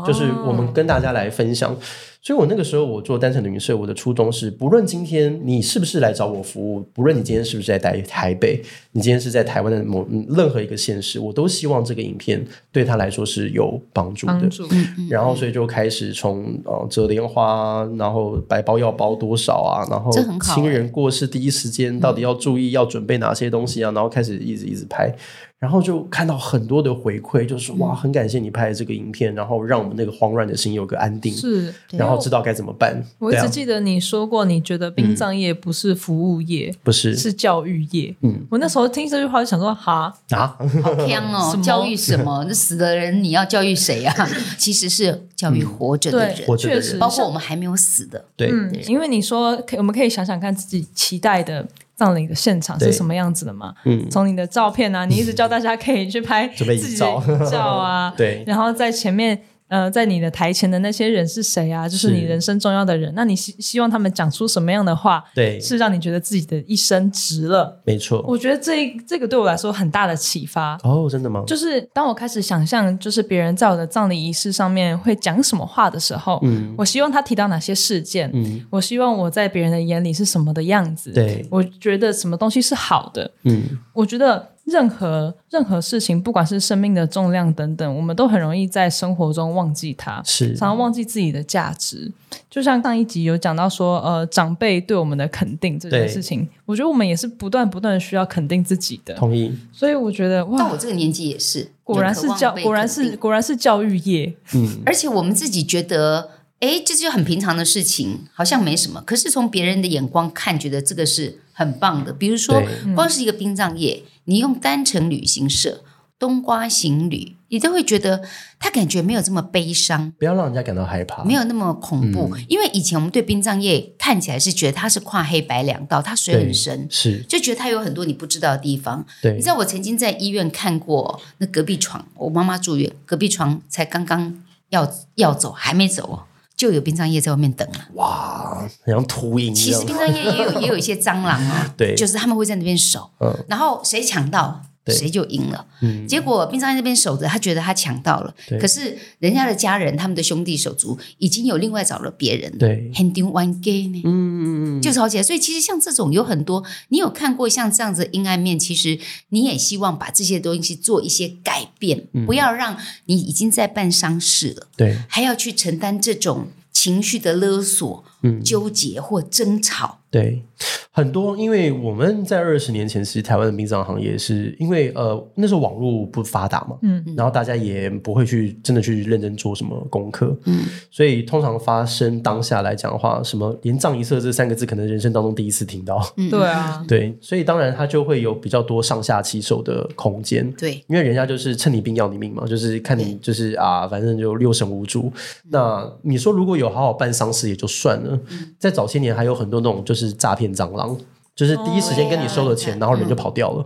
[SPEAKER 3] 就是我们跟大家来分享。所以我那个时候我做单程旅行社，我的初衷是，不论今天你是不是来找我服务，不论你今天是不是在台台北，你今天是在台湾的某嗯任何一个县市，我都希望这个影片对他来说是有帮助的
[SPEAKER 2] 帮。助
[SPEAKER 1] 嗯
[SPEAKER 3] 然后，所以就开始从呃折莲花，然后白包要包多少啊，然后
[SPEAKER 1] 这很好欸嗯
[SPEAKER 3] 亲人过世第一时间到底要注意、要准备哪些东西啊，然后开始一直一直拍，然后就看到很多的回馈，就是
[SPEAKER 1] 嗯
[SPEAKER 3] 哇，很感谢你拍的这个影片，然后让我们那个慌乱的心有个安定，
[SPEAKER 2] 是。啊
[SPEAKER 3] 然后知道该怎么办。
[SPEAKER 2] 我一
[SPEAKER 3] 对啊
[SPEAKER 2] 直记得你说过，你觉得殡葬业不是服务业，
[SPEAKER 3] 不是
[SPEAKER 2] 是教育业。
[SPEAKER 3] 嗯
[SPEAKER 2] 我那时候听这句话就想说，哈，
[SPEAKER 3] <laughs> 啊，
[SPEAKER 1] 好香
[SPEAKER 2] 什
[SPEAKER 1] 哦！
[SPEAKER 2] 么
[SPEAKER 1] 教育什么？那死的人你要教育谁啊？ <laughs> 其实是教育活着的
[SPEAKER 2] 对
[SPEAKER 1] 人，
[SPEAKER 3] 嗯活，着的
[SPEAKER 2] 确
[SPEAKER 3] 人
[SPEAKER 2] 实，
[SPEAKER 1] 包括我们还没有死的，
[SPEAKER 3] 对，
[SPEAKER 2] 嗯，因为你说，可以我们可以想想看自己期待的葬礼的现场是
[SPEAKER 3] 对
[SPEAKER 2] 什么样子的嘛？
[SPEAKER 3] 嗯
[SPEAKER 2] 从你的照片啊，你一直教大家可以去拍自
[SPEAKER 3] <laughs> 准备
[SPEAKER 2] 己
[SPEAKER 3] 遗
[SPEAKER 2] 的
[SPEAKER 3] 照，
[SPEAKER 2] 遗照啊
[SPEAKER 3] <laughs> 对
[SPEAKER 2] 然后在前面。呃，在你的台前的那些人是谁啊？就是
[SPEAKER 3] 是
[SPEAKER 2] 你人生重要的人。那你希希望他们讲出什么样的话，
[SPEAKER 3] 对
[SPEAKER 2] 是让你觉得自己的一生值了？
[SPEAKER 3] 没错。
[SPEAKER 2] 我觉得这这个对我来说很大的启发。
[SPEAKER 3] 哦，真的吗？
[SPEAKER 2] 就是当我开始想象，就是别人在我的葬礼仪式上面会讲什么话的时候，
[SPEAKER 3] 嗯
[SPEAKER 2] 我希望他提到哪些事件，
[SPEAKER 3] 嗯
[SPEAKER 2] 我希望我在别人的眼里是什么的样子，
[SPEAKER 3] 对
[SPEAKER 2] 我觉得什么东西是好的，
[SPEAKER 3] 嗯，
[SPEAKER 2] 我觉得任何任何事情，不管是生命的重量等等，我们都很容易在生活中忘记它，
[SPEAKER 3] 是
[SPEAKER 2] 常常忘记自己的价值。就像上一集有讲到说，呃，长辈对我们的肯定这件
[SPEAKER 3] 对
[SPEAKER 2] 事情，我觉得我们也是不断不断地需要肯定自己的，
[SPEAKER 3] 同意。
[SPEAKER 2] 所以我觉得哇，
[SPEAKER 1] 到我这个年纪也是，
[SPEAKER 2] 果然是
[SPEAKER 1] 就渴望
[SPEAKER 2] 教，
[SPEAKER 1] 被
[SPEAKER 2] 果然
[SPEAKER 1] 肯定
[SPEAKER 2] 是果然是教育业，
[SPEAKER 3] 嗯，
[SPEAKER 1] 而且我们自己觉得，哎，这就很平常的事情，好像没什么。可是从别人的眼光看，觉得这个是很棒的。比如说
[SPEAKER 3] 对，
[SPEAKER 1] 光是一个殡葬业，你用单程旅行社、冬瓜行旅，你都会觉得他感觉没有这么悲伤。
[SPEAKER 3] 不要让人家感到害怕。
[SPEAKER 1] 没有那么恐怖，
[SPEAKER 3] 嗯
[SPEAKER 1] 因为以前我们对殡葬业看起来是觉得它是跨黑白两道，它水很
[SPEAKER 3] 对，
[SPEAKER 1] 深，
[SPEAKER 3] 是
[SPEAKER 1] 就觉得它有很多你不知道的地方。
[SPEAKER 3] 对
[SPEAKER 1] 你知，道我曾经在医院看过那隔壁床，我妈妈住院，隔壁床才刚刚要要走，还没走哦，就有殡葬业在外面等了。
[SPEAKER 3] 哇，很像秃鹰一
[SPEAKER 1] 其实
[SPEAKER 3] 样
[SPEAKER 1] 殡。葬业也
[SPEAKER 3] <laughs>
[SPEAKER 1] 有也有一些蟑螂啊，
[SPEAKER 3] 对
[SPEAKER 1] 就是他们会在那边守，
[SPEAKER 3] 嗯
[SPEAKER 1] 然后谁抢到
[SPEAKER 3] 对
[SPEAKER 1] 谁就赢了。
[SPEAKER 3] 嗯
[SPEAKER 1] 结果殡葬业那边守着，他觉得他抢到了
[SPEAKER 3] 对，
[SPEAKER 1] 可是人家的家人、他们的兄弟手足已经有另外找了别人了，
[SPEAKER 3] 对
[SPEAKER 1] 很丢 one gay 呢。
[SPEAKER 3] 嗯，
[SPEAKER 1] 就吵起来，所以其实像这种有很多，你有看过像这样子的阴暗面，其实你也希望把这些东西做一些改变，
[SPEAKER 3] 嗯
[SPEAKER 1] 不要让你已经在办丧事了，
[SPEAKER 3] 对，
[SPEAKER 1] 还要去承担这种情绪的勒索、
[SPEAKER 3] 嗯，
[SPEAKER 1] 纠结或争吵。
[SPEAKER 3] 对，很多，因为我们在二十年前，其实台湾的殡葬行业是因为呃那时候网络不发达嘛，
[SPEAKER 2] 嗯，
[SPEAKER 3] 然后大家也不会去真的去认真做什么功课，
[SPEAKER 1] 嗯，
[SPEAKER 3] 所以通常发生当下来讲的话，什么连葬仪社这三个字，可能人生当中第一次听到，
[SPEAKER 1] 嗯，
[SPEAKER 2] 对啊，
[SPEAKER 3] 对，所以当然它就会有比较多上下其手的空间，
[SPEAKER 1] 对，
[SPEAKER 3] 因为人家就是趁你病要你命嘛，就是看你就是啊，反正就六神无主。那你说如果有好好办丧事也就算了，
[SPEAKER 2] 嗯
[SPEAKER 3] 在早些年还有很多那种就是诈骗蟑螂，就是第一时间跟你收了钱，
[SPEAKER 2] 哦
[SPEAKER 3] 然后人就跑掉了，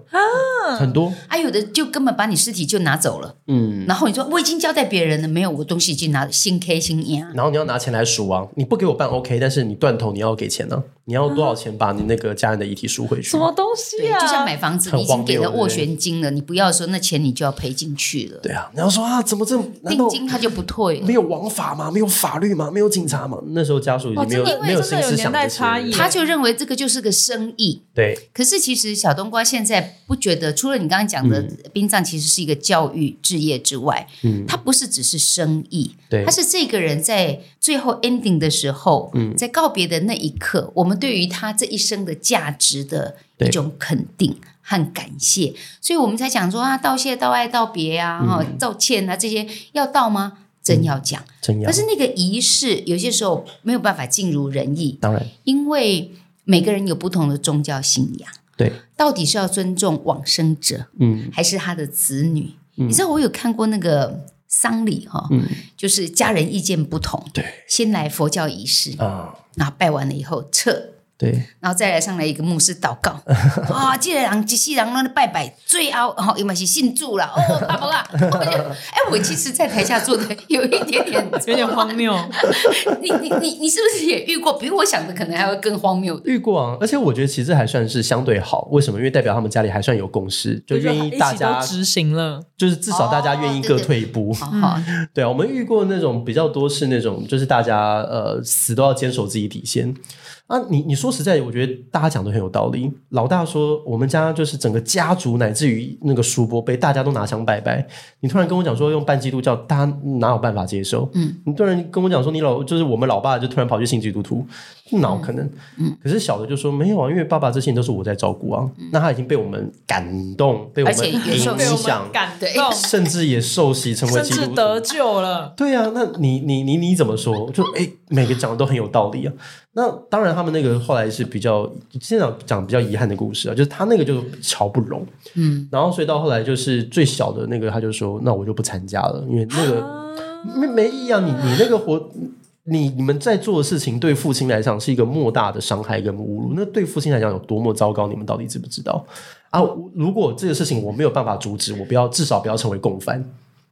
[SPEAKER 3] 很多。
[SPEAKER 1] 啊，有的就根本把你尸体就拿走了，
[SPEAKER 3] 嗯，
[SPEAKER 1] 然后你说我已经交代别人了，没有，我东西已经拿了，新 K 新 E 啊，
[SPEAKER 3] 然后你要拿钱来赎啊，你不给我办 OK，但是你断头你要给钱呢、啊你要多少钱把你那个家人的遗体赎回去？
[SPEAKER 2] 什么东西
[SPEAKER 1] 对，
[SPEAKER 2] 啊？
[SPEAKER 1] 就像买房子，
[SPEAKER 3] 很
[SPEAKER 1] 你已经
[SPEAKER 3] 荒
[SPEAKER 1] 给
[SPEAKER 3] 谬
[SPEAKER 1] 了
[SPEAKER 3] 对不
[SPEAKER 1] 斡
[SPEAKER 3] 对
[SPEAKER 1] 旋金了，你不要说那钱你就要赔进去了，
[SPEAKER 3] 对啊，你要说啊，怎么这难
[SPEAKER 1] 定
[SPEAKER 3] 道
[SPEAKER 1] 金他就不退了
[SPEAKER 3] 没。有王法吗？没有法律吗？没有警察吗？那时候家属已经没有、
[SPEAKER 2] 哦真的
[SPEAKER 3] 没有心
[SPEAKER 2] 真的有
[SPEAKER 3] 思
[SPEAKER 2] 年
[SPEAKER 3] 想
[SPEAKER 2] 代
[SPEAKER 3] 这些
[SPEAKER 2] 差异
[SPEAKER 1] 他就认为这个就是个生意。
[SPEAKER 3] 对
[SPEAKER 1] 可是其实小冬瓜现在不觉得，除了你刚刚讲的殡葬其实是一个教育置业之外，
[SPEAKER 3] 嗯
[SPEAKER 1] 它不是只是生意，
[SPEAKER 3] 对
[SPEAKER 1] 它是这个人在最后 ending 的时候，
[SPEAKER 3] 嗯
[SPEAKER 1] 在告别的那一刻，我们对于他这一生的价值的一
[SPEAKER 3] 对
[SPEAKER 1] 种肯定。和感谢，所以我们才讲说啊，道谢、道爱、道别啊，
[SPEAKER 3] 嗯
[SPEAKER 1] 哈、道歉啊，这些要道吗？真要讲。
[SPEAKER 3] 真嗯要
[SPEAKER 1] 可是那个仪式有些时候没有办法尽如人意，
[SPEAKER 3] 当然
[SPEAKER 1] 因为每个人有不同的宗教信仰，
[SPEAKER 3] 对，
[SPEAKER 1] 到底是要尊重往生者，
[SPEAKER 3] 嗯
[SPEAKER 1] 还是他的子女？你知道我有看过那个丧礼哈、
[SPEAKER 3] 嗯
[SPEAKER 1] 就是家人意见不同，
[SPEAKER 3] 对
[SPEAKER 1] 先来佛教仪式，
[SPEAKER 3] 啊
[SPEAKER 1] 然后拜完了以后撤。
[SPEAKER 3] 对
[SPEAKER 1] 然后再来上来一个牧师祷
[SPEAKER 3] <laughs>
[SPEAKER 1] 告啊，这个人一世人让拜拜，最后哦，伊嘛是信主啦，
[SPEAKER 3] <laughs>
[SPEAKER 1] 哦，爸爸啊，我就哎，我其实，在台下坐的有一点点
[SPEAKER 2] 有点荒 <laughs> 谬，
[SPEAKER 1] 你你你你是不是也遇过比我想的可能还会更荒谬的？
[SPEAKER 3] 遇过啊，而且我觉得其实还算是相对好，为什么？因为代表他们家里还算有共识，就愿意大
[SPEAKER 2] 一
[SPEAKER 3] 家
[SPEAKER 2] 起都执行了，
[SPEAKER 3] 就是至少大家愿意
[SPEAKER 1] 哦
[SPEAKER 3] 各
[SPEAKER 1] 对对
[SPEAKER 3] 退一步。
[SPEAKER 1] 好好，
[SPEAKER 3] 对啊，我们遇过那种比较多是那种就是大家呃死都要坚守自己底线。啊，你你说实在，我觉得大家讲的很有道理。老大说，我们家就是整个家族乃至于那个叔伯辈，大家都拿枪拜拜。你突然跟我讲说用半基督教，大家哪有办法接受？嗯，你突然跟我讲说你老就是我们老爸就突然跑去信基督徒，哪有可能？嗯，可是小的就说没有啊，因为爸爸这些年都是我在照顾啊，
[SPEAKER 2] 嗯
[SPEAKER 3] 那他已经被我们感动，被我
[SPEAKER 1] 而
[SPEAKER 3] 们
[SPEAKER 1] 且也
[SPEAKER 3] 影
[SPEAKER 1] 受
[SPEAKER 2] 被我
[SPEAKER 3] 响
[SPEAKER 2] 们，感
[SPEAKER 1] 对
[SPEAKER 2] 动，
[SPEAKER 3] 甚至也受洗成为
[SPEAKER 2] 甚
[SPEAKER 3] 基
[SPEAKER 2] 至
[SPEAKER 3] 督徒，
[SPEAKER 2] 得救了。
[SPEAKER 3] 对啊，那你你你你怎么说？就哎、每个讲的都很有道理啊。那当然，他们那个后来是比较现在讲比较遗憾的故事啊，就是他那个就瞧不拢，嗯，然后所以到后来就是最小的那个，他就说那我就不参加了，因为那个、
[SPEAKER 2] 啊
[SPEAKER 3] 没没意义啊，你你那个活。你你们在做的事情对父亲来讲是一个莫大的伤害跟侮辱，那对父亲来讲有多么糟糕，你们到底知不知道啊？我如果这个事情我没有办法阻止，我不要至少不要成为共犯，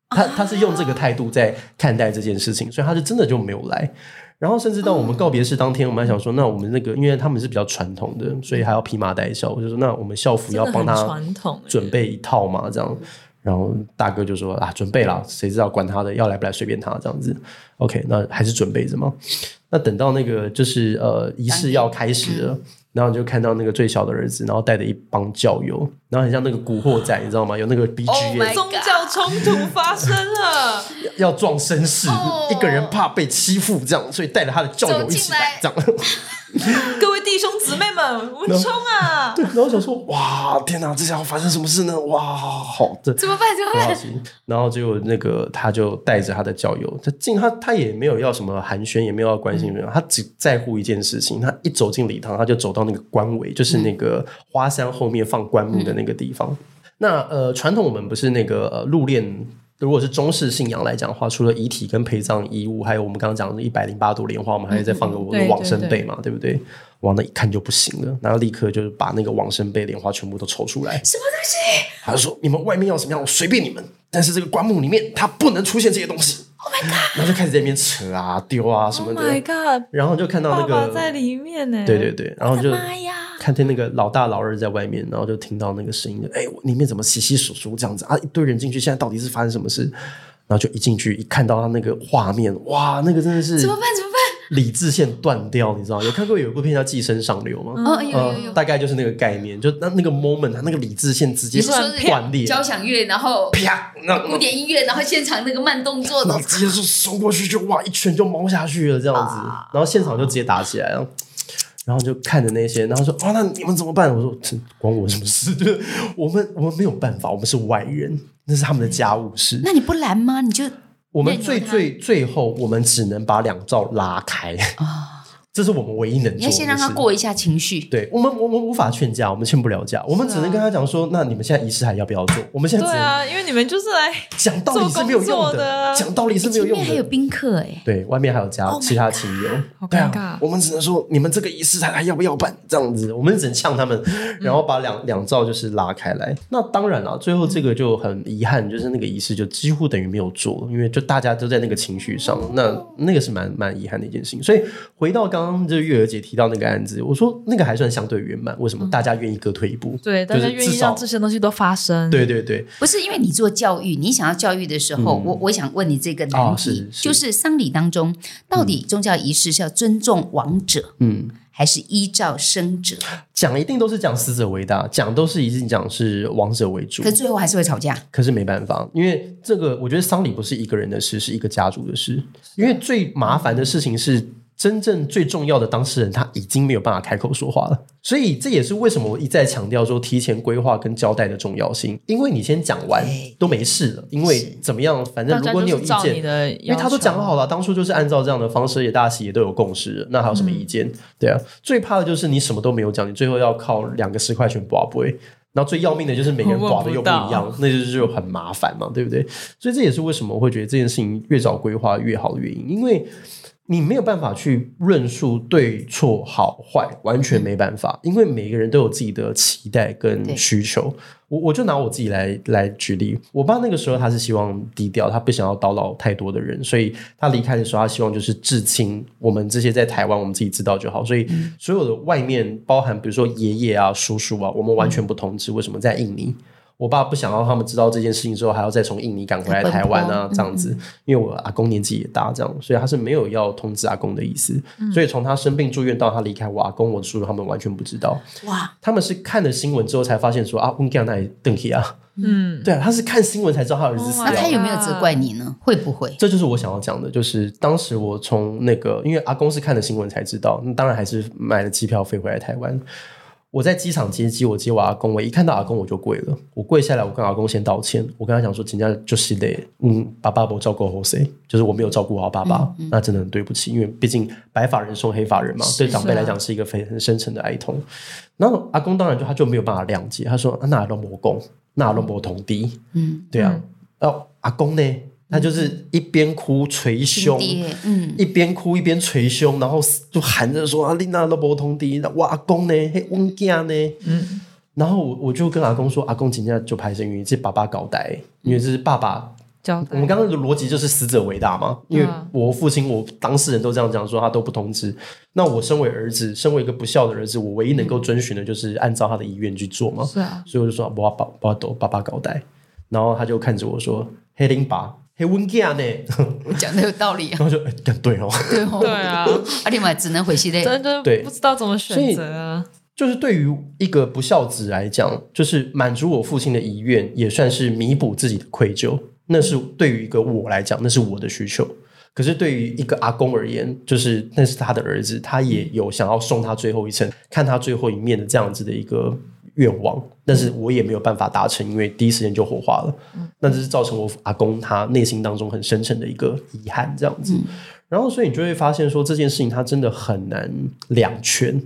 [SPEAKER 3] 他他是用这个态度在看待这件事情，所以他是真的就没有来。然后甚至到
[SPEAKER 2] 嗯
[SPEAKER 3] 我们告别式当天，我们还想说，那我们那个因为他们是比较传统的，所以还要披麻戴孝。我就说，那我们校服要
[SPEAKER 2] 真的
[SPEAKER 3] 帮
[SPEAKER 2] 很
[SPEAKER 3] 他
[SPEAKER 2] 传统欸，
[SPEAKER 3] 准备一套嘛，这样。然后大哥就说啊，准备啦，谁知道管他的，要来不来随便他这样子。OK，那还是准备着嘛。那等到那个就是呃仪式要开始了，然后你就看到那个最小的儿子，然后带着一帮教友，然后很像那个古惑仔，你知道吗？有那个 BGM，、
[SPEAKER 2] 宗教冲突发生 <laughs> 了，
[SPEAKER 3] 要撞绅士，
[SPEAKER 4] 哦
[SPEAKER 3] 一个人怕被欺负这样，所以带着他的教友一起来这样。
[SPEAKER 2] 各位弟兄姊妹们，我们冲啊！
[SPEAKER 3] <laughs> 对，然后想说，哇，天哪，这下要发生什么事呢？哇，好这
[SPEAKER 4] 怎么办？怎么
[SPEAKER 3] 很好 <laughs>
[SPEAKER 4] 办？
[SPEAKER 3] 奇。然后结果那个他就带着他的教友，他进他他也没有要什么寒暄，也没有要关
[SPEAKER 2] 嗯
[SPEAKER 3] 心人，他只在乎一件事情。他一走进礼堂，他就走到那个官围，就是
[SPEAKER 2] 嗯
[SPEAKER 3] 那个花山后面放棺木的那个地方。那呃，传统我们不是那个呃入殓。如果是中式信仰来讲的话，除了遗体跟陪葬遗物，还有我们刚刚讲的一百零八朵莲花，我们还会再放个我们
[SPEAKER 2] 对
[SPEAKER 3] 的往生
[SPEAKER 2] 嗯对对
[SPEAKER 3] 被嘛，对不对？往那一看就不行了，然后立刻就是把那个往生被莲花全部都抽出来，他就说：“你们外面要什么样，我随便你们，但是这个棺木里面它不能出现这些东西。”然后就开始在那边扯啊、丢啊什么
[SPEAKER 5] Oh
[SPEAKER 3] 的
[SPEAKER 5] my god！
[SPEAKER 3] 然后就看到那
[SPEAKER 5] 爸
[SPEAKER 3] 个
[SPEAKER 5] 爸在里面呢。
[SPEAKER 3] 对对对，然后
[SPEAKER 4] 哎
[SPEAKER 3] 就
[SPEAKER 5] 妈呀！
[SPEAKER 3] 看见那个老大老二在外面，然后就听到那个声音，哎，我里面怎么稀稀疏疏这样子啊？一堆人进去，现在到底是发生什么事？然后就一进去一看到他那个画面，哇，那个真的是
[SPEAKER 4] 怎么办？怎么办？
[SPEAKER 3] 理智线断掉，你知道吗？有看过有一部片叫《寄生上流》吗？嗯
[SPEAKER 4] 哦，有有有。
[SPEAKER 3] 大概就是那个概念，就那那个 moment，他那个理智线直接
[SPEAKER 4] 你是说是
[SPEAKER 3] 断裂，
[SPEAKER 4] 交响乐，
[SPEAKER 3] <laughs>
[SPEAKER 4] 然后
[SPEAKER 3] 啪，那
[SPEAKER 4] 古典音乐，然后现场那个慢动
[SPEAKER 3] <laughs>
[SPEAKER 4] 作
[SPEAKER 3] 然
[SPEAKER 4] 的
[SPEAKER 3] 后，直接就收过去，就哇一拳就猫下去了这样子，
[SPEAKER 1] 啊
[SPEAKER 3] 然后现场就直接打起来，然后。然后就看着那些，然后说啊，那你们怎么办？我说这关我什么事？ <laughs> 就是我们我们没有办法，我们是外人，那是他们的家务事。
[SPEAKER 1] 那你不拦吗？嗯你就
[SPEAKER 3] 我们
[SPEAKER 1] 任由
[SPEAKER 3] 最
[SPEAKER 1] 他
[SPEAKER 3] 最最后，我们只能把两兆拉开啊，这是我们唯一能
[SPEAKER 1] 你
[SPEAKER 3] 做
[SPEAKER 1] 要
[SPEAKER 3] 的。
[SPEAKER 1] 先让他。过一下情绪。
[SPEAKER 3] 对我们，我们无法劝架，我们劝不了架，我们只
[SPEAKER 1] 啊
[SPEAKER 3] 能跟他讲说，那你们现在仪式还要不要做？我们现在
[SPEAKER 5] 对
[SPEAKER 3] 只能
[SPEAKER 5] 啊，因为你们就是来
[SPEAKER 3] 讲道理是没有
[SPEAKER 5] 做工作
[SPEAKER 3] 用
[SPEAKER 5] 的啊
[SPEAKER 3] 讲道理是没有
[SPEAKER 1] 前
[SPEAKER 3] 用
[SPEAKER 1] 面
[SPEAKER 3] 的。
[SPEAKER 1] 还有宾客哎，
[SPEAKER 3] 对，外面还有家、其他亲友，
[SPEAKER 2] Oh 好
[SPEAKER 3] 对
[SPEAKER 2] 尴
[SPEAKER 3] 啊
[SPEAKER 2] 尬，
[SPEAKER 3] 我们只能说你们这个仪式还还要不要办这样子，我们只能呛他们，
[SPEAKER 2] 嗯
[SPEAKER 3] 然后把两、两兆就是拉开来。那当然了，最后这个就很遗憾，就是那个仪式就几乎等于没有做，因为就大家都在那个情绪上，
[SPEAKER 2] 嗯
[SPEAKER 3] 那那个是蛮蛮遗憾的一件事情。所以回到刚刚就是月儿姐提到那个案子，我说那个还算相对圆满，为什么大家愿意各退一步？
[SPEAKER 2] 嗯对，大
[SPEAKER 3] 就
[SPEAKER 2] 家
[SPEAKER 3] 是
[SPEAKER 2] 愿
[SPEAKER 3] 至
[SPEAKER 2] 意让
[SPEAKER 3] 少
[SPEAKER 2] 这些东西都发生。
[SPEAKER 3] 对对对，
[SPEAKER 1] 不是因为你做教育，你想要教育的时候，我我想问你这个难
[SPEAKER 3] 嗯哦
[SPEAKER 1] 题，
[SPEAKER 3] 是是
[SPEAKER 1] 就是丧礼当中到底宗教仪式是要尊重亡者，
[SPEAKER 3] 嗯。
[SPEAKER 1] 还是依照生者？
[SPEAKER 3] 讲一定都是讲死者为大，讲都是一定讲是亡者为主
[SPEAKER 1] 可。最后还是会吵架。
[SPEAKER 3] 可是没办法，因为这个，我觉得丧礼不是一个人的事，是一个家族的事。因为最麻烦的事情是，真正最重要的当事人他已经没有办法开口说话了。所以这也是为什么我一再强调说提前规划跟交代的重要性，因为你先讲完都没事了，因为怎么样，反
[SPEAKER 2] 大
[SPEAKER 3] 正如
[SPEAKER 2] 家
[SPEAKER 3] 果
[SPEAKER 2] 就
[SPEAKER 3] 你有
[SPEAKER 2] 是
[SPEAKER 3] 意
[SPEAKER 2] 照
[SPEAKER 3] 见
[SPEAKER 2] 你，的，
[SPEAKER 3] 因为他都讲好
[SPEAKER 2] 了，
[SPEAKER 3] 了，当初就是按照这样的方式，也大家也都有共识了，那还有什么意见？对啊，最怕的就是你什么都没有讲，你最后要靠两个十块钱刮杯。然后最要命的就是每个人刮的又不一
[SPEAKER 2] 问
[SPEAKER 3] 样，那就是就很麻烦嘛，对不对？所以这也是为什么我会觉得这件事情越早规划越好的原因，因为你没有办法去论述对错好坏，完全没办法，因为每个人都有自己的期待
[SPEAKER 1] 对
[SPEAKER 3] 跟需求。我我就拿我自己来来举例，我爸那个时候他是希望低调，他不想要叨扰太多的人，所以他离开的时候，他希望就是至亲，我们这些在台湾我们自己知道就好，所以所有的外面包含比如说爷爷啊、叔叔啊，我们完全不通知。为什么在印尼？我爸不想要他们知道这件事情之后，还要再从印尼赶回来台湾啊，这样子。因为我阿公年纪也大，这样，所以他是没有要通知阿公的意思。所以从他生病住院到他离开，我阿公、我叔叔他们完全不知道。
[SPEAKER 1] 哇，
[SPEAKER 3] 他们是看了新闻之后才发现说啊，温干那里邓启啊，
[SPEAKER 5] 嗯，
[SPEAKER 3] 对啊，他是看新闻才知道他儿子死
[SPEAKER 5] Oh
[SPEAKER 4] 啊
[SPEAKER 5] my
[SPEAKER 1] 那
[SPEAKER 3] 掉
[SPEAKER 1] 他
[SPEAKER 3] 了。
[SPEAKER 1] 有没有责怪你
[SPEAKER 3] 啊
[SPEAKER 1] 呢？会不会？
[SPEAKER 3] 这就是我想要讲的，就是当时我从那个，因为阿公是看了新闻才知道，那当然还是买了机票飞回来台湾。我在机场接机，我接我阿公，我一看到阿公我就跪了，我跪下来，我跟阿公先道歉，我跟他讲说，人家就是得，嗯，爸爸不照顾好谁，就是我没有照顾好爸爸，那真的很对不起，因为毕竟白发人送黑发人嘛，对长辈来讲是一个非很深沉的哀痛。然后阿公当然就他就没有办法谅解，他说啊那都没公，那都没同弟，
[SPEAKER 1] 嗯，
[SPEAKER 3] 对啊，哦阿公呢，他就是一边哭捶胸，
[SPEAKER 1] 爹，嗯，
[SPEAKER 3] 一边哭一边捶胸，然后就喊着说：“啊，丽娜都不通的，哇，阿公呢？嘿，翁家呢？”嗯，然后我我就跟阿公说：“阿公，今天就拍声音，这爸爸搞呆，因为这是爸爸。
[SPEAKER 2] 交
[SPEAKER 3] 我
[SPEAKER 2] 代
[SPEAKER 3] 们刚刚的逻辑就是死者为大嘛，
[SPEAKER 2] 嗯
[SPEAKER 3] 因为我父亲，我当事人都这样讲说，他都不通知。那我身为儿子，身为一个不孝的儿子，我唯一能够遵循的就是按照他的意愿去做嘛。
[SPEAKER 2] 是啊，
[SPEAKER 3] 所以我就说我要把我要抖爸爸搞呆，然后他就看着我说：“黑林爸，黑温家呢？”
[SPEAKER 1] 讲的有道理啊，
[SPEAKER 3] 然后就哎干对哦。
[SPEAKER 1] 对哦，
[SPEAKER 2] <laughs> 对啊，
[SPEAKER 1] 而且嘛，只能回去嘞。
[SPEAKER 2] 真的
[SPEAKER 3] 对
[SPEAKER 2] 不知道怎么选择啊。
[SPEAKER 3] 就是对于一个不孝子来讲，就是满足我父亲的遗愿，也算是弥补自己的愧疚。那是对于一个我来讲，那是我的需求。可是对于一个阿公而言，就是那是他的儿子，他也有想要送他最后一程，看他最后一面的这样子的一个愿望。但是我也没有办法达成，因为第一时间就火化了。那这是造成我阿公他内心当中很深沉的一个遗憾，这样子。然后，所以你就会发现说，这件事情它真的很难两全。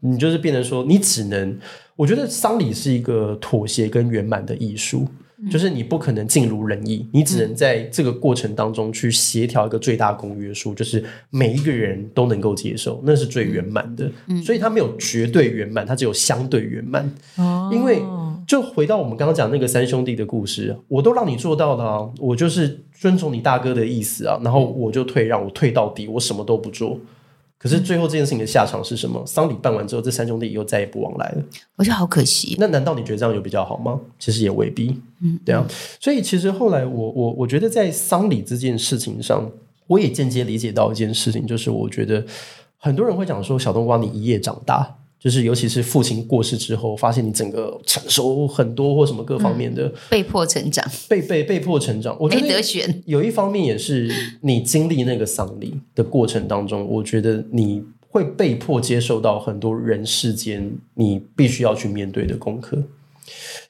[SPEAKER 3] 你就是变成说，你只能，我觉得丧礼是一个妥协跟圆满的艺术，就是你不可能尽如人意，你只能在这个过程当中去协调一个最大公约数，就是每一个人都能够接受，那是最圆满的。所以它没有绝对圆满，它只有相对圆满。因为就回到我们刚刚讲那个三兄弟的故事，我都让你做到了啊，我就是遵从你大哥的意思啊，然后我就退让，我退到底，我什么都不做。可是最后这件事情的下场是什么？丧礼办完之后，这三兄弟以后再也不往来了。
[SPEAKER 1] 我觉得好可惜。
[SPEAKER 3] 那难道你觉得这样有比较好吗？其实也未必，嗯，对啊。所以其实后来我我我觉得在丧礼这件事情上，我也间接理解到一件事情，就是我觉得很多人会讲说小冬瓜你一夜长大，就是尤其是父亲过世之后，发现你整个成熟很多或什么各方面的、
[SPEAKER 1] 被迫成长，
[SPEAKER 3] 被被被迫成长。我觉
[SPEAKER 1] 没
[SPEAKER 3] 得
[SPEAKER 1] 得选。
[SPEAKER 3] 有一方面也是你经历那个丧礼的过程当中，我觉得你会被迫接受到很多人世间你必须要去面对的功课，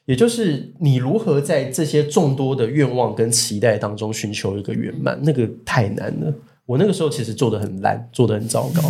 [SPEAKER 3] 也就是你如何在这些众多的愿望跟期待当中寻求一个圆满，那个太难了。我那个时候其实做的很烂，做的很糟
[SPEAKER 1] <laughs>
[SPEAKER 3] 糕，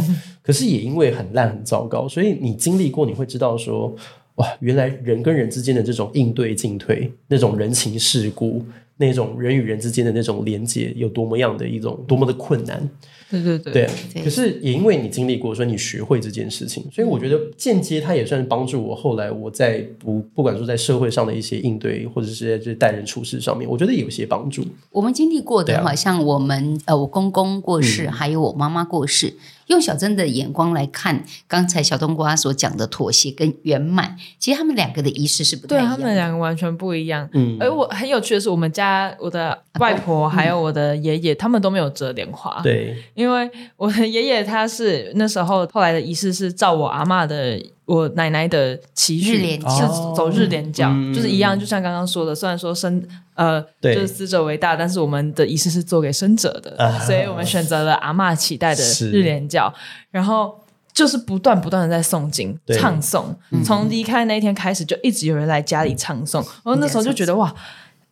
[SPEAKER 3] 可是也因为很烂很糟糕，所以你经历过，你会知道说，哇，原来人跟人之间的这种应对进退，那种人情世故，那种人与人之间的那种连接，有多么样的一种多么的困难。
[SPEAKER 2] 对对对，
[SPEAKER 3] 对，
[SPEAKER 1] 对
[SPEAKER 3] 可是也因为你经历过，所以你学会这件事情，所以我觉得间接它也算是帮助我后来我在不不管说在社会上的一些应对，或者是在这待人处事上面，我觉得有些帮助。
[SPEAKER 1] 我们经历过的
[SPEAKER 3] 对啊嗯
[SPEAKER 1] 哈，像我们呃，我公公过世，还有我妈妈过世，用小珍的眼光来看，刚才小冬瓜所讲的妥协跟圆满，其实他们两个的仪式是不太
[SPEAKER 2] 对啊
[SPEAKER 1] 一样
[SPEAKER 2] 他
[SPEAKER 1] 的。
[SPEAKER 2] 们两个完全不一样。
[SPEAKER 3] 嗯，
[SPEAKER 2] 而我很有趣的是，我们家我
[SPEAKER 1] 啊
[SPEAKER 2] 的外婆
[SPEAKER 1] 嗯
[SPEAKER 2] 还有我的爷爷，他们都没有折莲花。，
[SPEAKER 3] 对，
[SPEAKER 2] 因为我的爷爷他是那时候后来的仪式是照我阿嬷的我奶奶的期
[SPEAKER 1] 日
[SPEAKER 2] 许，
[SPEAKER 1] 莲
[SPEAKER 2] 就
[SPEAKER 1] 教
[SPEAKER 2] 是走日莲教，
[SPEAKER 3] 嗯
[SPEAKER 2] 就是一样，就像刚刚说的，虽然说生呃就
[SPEAKER 3] 对
[SPEAKER 2] 是死者为大，但是我们的仪式是做给生者的，
[SPEAKER 3] 啊
[SPEAKER 2] 所以我们选择了阿嬷期待的
[SPEAKER 3] 是
[SPEAKER 2] 日莲教，然后。就是不断不断的在诵经
[SPEAKER 3] 对
[SPEAKER 2] 唱诵，从离开那一天开始，就一直有人来家里唱诵。然后那时候就觉得哇，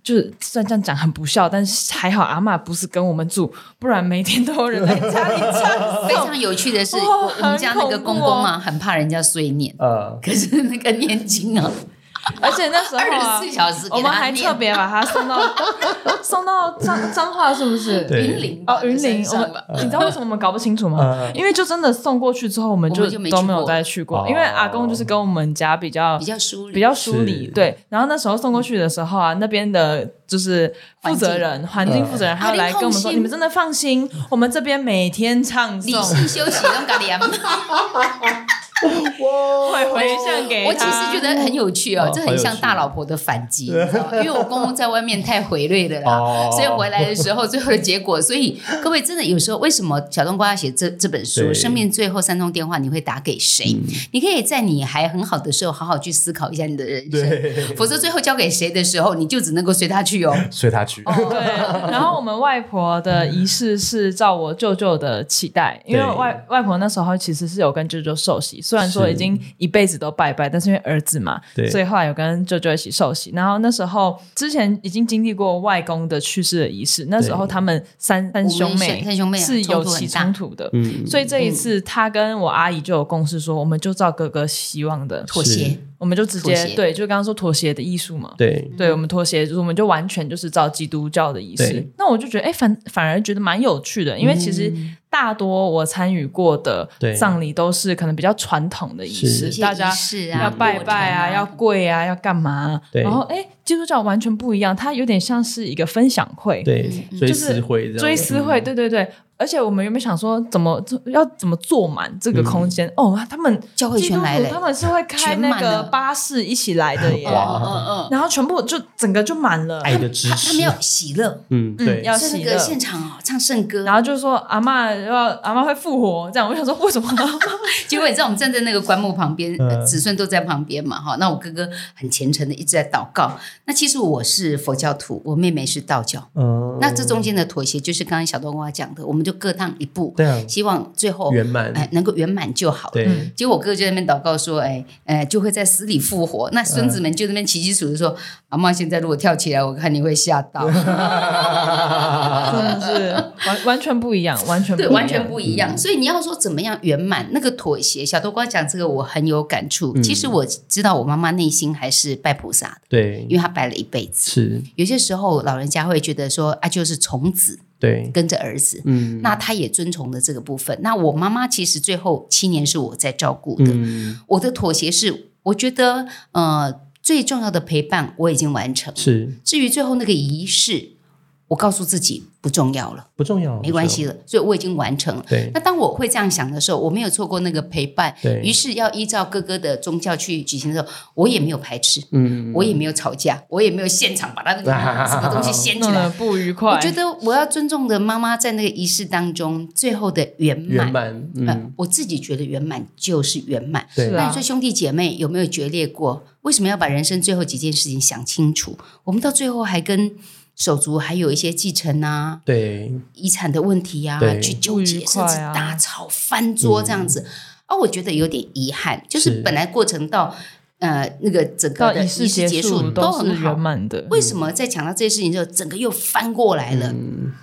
[SPEAKER 2] 就是虽然这样讲很不孝，但是还好阿嬷不是跟我们住，不然每天都有人来家里
[SPEAKER 1] <laughs>
[SPEAKER 2] 唱
[SPEAKER 1] 非
[SPEAKER 2] 诵。
[SPEAKER 1] 常有趣的是，
[SPEAKER 2] 哇
[SPEAKER 1] 我我们家那个
[SPEAKER 2] 很恐
[SPEAKER 1] 公
[SPEAKER 2] 怖哦
[SPEAKER 1] 公啊，很怕人家碎念，
[SPEAKER 3] 呃，
[SPEAKER 1] 可是那个念经啊，
[SPEAKER 2] 而且那时候
[SPEAKER 1] 二
[SPEAKER 2] 啊
[SPEAKER 1] 十，四小时
[SPEAKER 2] 我
[SPEAKER 1] 给
[SPEAKER 2] 们
[SPEAKER 1] 他
[SPEAKER 2] 还特
[SPEAKER 1] 念。
[SPEAKER 2] 别把他送到送到彰彰化，是不是？
[SPEAKER 3] 对
[SPEAKER 1] 云林吧
[SPEAKER 2] 哦，云林，
[SPEAKER 1] 就
[SPEAKER 2] 我
[SPEAKER 1] 山上
[SPEAKER 2] 们
[SPEAKER 1] 吧
[SPEAKER 2] 你知道为什么我们搞不清楚吗
[SPEAKER 3] 嗯？
[SPEAKER 2] 因为就真的送过去之后，我们
[SPEAKER 1] 我
[SPEAKER 2] 就
[SPEAKER 1] 们就没去
[SPEAKER 2] 都没有
[SPEAKER 1] 过
[SPEAKER 2] 再去
[SPEAKER 3] 哦
[SPEAKER 2] 过，因为阿公就是跟我们家比较
[SPEAKER 1] 比较疏离，
[SPEAKER 2] 比较疏离，
[SPEAKER 3] 是
[SPEAKER 2] 对。然后那时候送过去的时候啊，那边的就是负责人、环境负责人，还有来跟我
[SPEAKER 1] 嗯啊
[SPEAKER 2] 们
[SPEAKER 1] 连后
[SPEAKER 2] 说，
[SPEAKER 1] 心
[SPEAKER 2] 你们真的放心，我们这边每天唱
[SPEAKER 1] 理
[SPEAKER 2] 诵，
[SPEAKER 1] 性休
[SPEAKER 2] <laughs>
[SPEAKER 1] 息用咖喱啊
[SPEAKER 2] 会回向给
[SPEAKER 1] 我其实
[SPEAKER 2] 他
[SPEAKER 1] 觉得很有趣哦
[SPEAKER 3] 哦，
[SPEAKER 1] 这很
[SPEAKER 3] 好
[SPEAKER 1] 像
[SPEAKER 3] 有趣
[SPEAKER 1] 大老婆的反
[SPEAKER 3] <laughs>
[SPEAKER 1] 击，你知道吗因为我公公在外面太回累了啦
[SPEAKER 3] 哦，
[SPEAKER 1] 所以回来的时候最后的结果，所以 <laughs> 各位真的有时候为什么小冬瓜要写这这本书《
[SPEAKER 3] 对嗯
[SPEAKER 1] 生命最后三通电话》，你会打给谁？你可以在你还很好的时候好好去思考一下你的人生，
[SPEAKER 3] 对
[SPEAKER 1] 否则最后交给谁的时候，你就只能够随他去哦。
[SPEAKER 3] <laughs> 随他去。
[SPEAKER 2] 对，然后我们外婆的仪式是照我舅舅的期待，因为
[SPEAKER 3] 对
[SPEAKER 2] 外外婆那时候其实是有跟舅舅受洗，虽然说
[SPEAKER 3] 是
[SPEAKER 2] 已经一辈子都拜拜，但是因为儿子嘛，
[SPEAKER 3] 对
[SPEAKER 2] 所以后来有跟舅舅一起受洗。然后那时候之前已经经历过外公的去世的仪式，那时候他们三三兄
[SPEAKER 1] 我们
[SPEAKER 2] 妹
[SPEAKER 1] 三兄妹啊
[SPEAKER 2] 是有
[SPEAKER 1] 冲突很
[SPEAKER 2] 起
[SPEAKER 1] 大
[SPEAKER 2] 冲突的，
[SPEAKER 3] 嗯
[SPEAKER 2] 所以这一次他跟我阿姨就有共识说，我们就照哥哥希望的，
[SPEAKER 1] 妥协，
[SPEAKER 2] 我们就直
[SPEAKER 1] 妥
[SPEAKER 2] 接
[SPEAKER 1] 协
[SPEAKER 2] 对，就刚刚说妥协的艺术嘛，
[SPEAKER 3] 对，
[SPEAKER 2] 对我们脱鞋，就是我们就完全就是照基督教的仪式
[SPEAKER 3] 对。
[SPEAKER 2] 那我就觉得，哎，反反而觉得蛮有趣的，因为其实大多我参与过的
[SPEAKER 3] 嗯对
[SPEAKER 2] 葬礼都是可能比较传统的仪
[SPEAKER 1] 有
[SPEAKER 2] 式
[SPEAKER 3] 是，
[SPEAKER 1] 些
[SPEAKER 2] 大家
[SPEAKER 1] 仪。式啊，
[SPEAKER 2] 要拜拜
[SPEAKER 1] 过
[SPEAKER 2] 啊，
[SPEAKER 1] 程
[SPEAKER 2] 要跪啊，要干嘛啊、
[SPEAKER 3] 对
[SPEAKER 2] 然后，哎，基督教完全不一样，它有点像是一个分享会，
[SPEAKER 3] 对，追
[SPEAKER 2] 就是
[SPEAKER 3] 思会这样，
[SPEAKER 2] 追思
[SPEAKER 3] 嗯
[SPEAKER 2] 会，对对对。而且我们原本想说，怎么要怎么坐满这个空
[SPEAKER 3] 嗯
[SPEAKER 2] 间？哦，他们
[SPEAKER 1] 教会
[SPEAKER 2] 基督
[SPEAKER 1] 全来
[SPEAKER 2] 徒
[SPEAKER 1] 了
[SPEAKER 2] 他们是会开
[SPEAKER 1] 全满
[SPEAKER 2] 那个
[SPEAKER 1] 了
[SPEAKER 2] 巴士一起来的耶，
[SPEAKER 3] 哇
[SPEAKER 1] 嗯嗯嗯，
[SPEAKER 2] 然后全部就整个就满了，
[SPEAKER 3] 爱的支
[SPEAKER 1] 他他
[SPEAKER 3] 持
[SPEAKER 1] 们。要喜乐，
[SPEAKER 3] 嗯，哎对，
[SPEAKER 2] 要
[SPEAKER 1] 所以
[SPEAKER 2] 喜
[SPEAKER 1] 那个
[SPEAKER 2] 乐。
[SPEAKER 1] 现场哦唱圣歌
[SPEAKER 2] 然，后就说阿嬷要阿嬷会复活，这样我想说为什么？
[SPEAKER 3] <laughs>
[SPEAKER 1] 结果你知道我们站在那个棺木旁边，呃
[SPEAKER 3] 嗯
[SPEAKER 1] 子孙都在旁边嘛，哈。那我哥哥很虔诚的一直在祷告。那其实我是佛教徒，我妹妹是道教。
[SPEAKER 3] 嗯，
[SPEAKER 1] 那这中间的妥协，就是刚刚小冬瓜讲的，我们就各趟一步，
[SPEAKER 3] 对啊
[SPEAKER 1] 希望最后
[SPEAKER 3] 圆满
[SPEAKER 1] 哎，能够圆满就好了。
[SPEAKER 3] 对
[SPEAKER 1] 结果我哥哥就在那边祷告说：“哎，呃，就会在死里复活。”那孙子们就在那边起起楚楚说：“阿妈，现在如果跳起来，我看你会吓到。
[SPEAKER 2] 真
[SPEAKER 1] <laughs>
[SPEAKER 2] 的是完完全不一样，完全不一
[SPEAKER 1] 对，
[SPEAKER 2] 样嗯
[SPEAKER 1] 完全不一样。所以你要说怎么样圆满那个妥协，小豆瓜讲这个我很有感触。其
[SPEAKER 2] 嗯
[SPEAKER 1] 实我知道我妈妈内心还是拜菩萨的，
[SPEAKER 3] <laughs> 对
[SPEAKER 1] 因，为她拜了一辈子。
[SPEAKER 3] 是，
[SPEAKER 1] 有些时候老人家会觉得说啊，就是从子
[SPEAKER 3] 对，
[SPEAKER 1] 跟着儿子，
[SPEAKER 3] 嗯，
[SPEAKER 1] 那他也遵从了这个部分。那我妈妈其实最后七年是我在照顾的，
[SPEAKER 3] 嗯，
[SPEAKER 1] 我的妥协是，我觉得呃。最重要的陪伴我已经完成。
[SPEAKER 3] 是
[SPEAKER 1] 至于最后那个仪式，我告诉自己不重要了，
[SPEAKER 3] 不重要，
[SPEAKER 1] 没
[SPEAKER 2] 哦
[SPEAKER 1] 关系
[SPEAKER 3] 的。
[SPEAKER 1] 了，所以我已经完成了。
[SPEAKER 3] 对
[SPEAKER 1] 那当我会这样想的时候，我没有错过那个陪伴，
[SPEAKER 3] 对
[SPEAKER 1] 于是要依照哥哥的宗教去举行的时候，我也没有排斥，
[SPEAKER 3] 嗯，
[SPEAKER 1] 我也没有吵架，我也没有现场把他那个什么东西掀起
[SPEAKER 3] <laughs>
[SPEAKER 2] 弄得
[SPEAKER 1] 来。
[SPEAKER 2] 不愉快。
[SPEAKER 1] 我觉得我要尊重的妈妈在那个仪式当中最后的圆满，
[SPEAKER 3] 圆满，嗯
[SPEAKER 1] 呃，我自己觉得圆满就是圆满。
[SPEAKER 3] 对
[SPEAKER 2] 是
[SPEAKER 1] 那
[SPEAKER 2] 啊
[SPEAKER 1] 你说兄弟姐妹有没有决裂过？为什么要把人生最后几件事情想清楚？我们到最后还跟手足还有一些继承啊、
[SPEAKER 3] 对，
[SPEAKER 1] 遗产的问题啊
[SPEAKER 3] 对嗯
[SPEAKER 1] 去纠结，
[SPEAKER 2] 不愉快
[SPEAKER 1] 甚
[SPEAKER 2] 啊
[SPEAKER 1] 至大吵翻桌这样子。啊，我觉得有点遗憾，就是
[SPEAKER 3] 是
[SPEAKER 1] 本来过程到呃那个整个
[SPEAKER 2] 到
[SPEAKER 1] 的
[SPEAKER 2] 仪式结
[SPEAKER 1] 结束都
[SPEAKER 2] 都是
[SPEAKER 1] 很好
[SPEAKER 2] 圆，满
[SPEAKER 1] <laughs>
[SPEAKER 2] 的，
[SPEAKER 1] 为什么在讲到这些事情之后，整个又翻过来了？
[SPEAKER 3] 嗯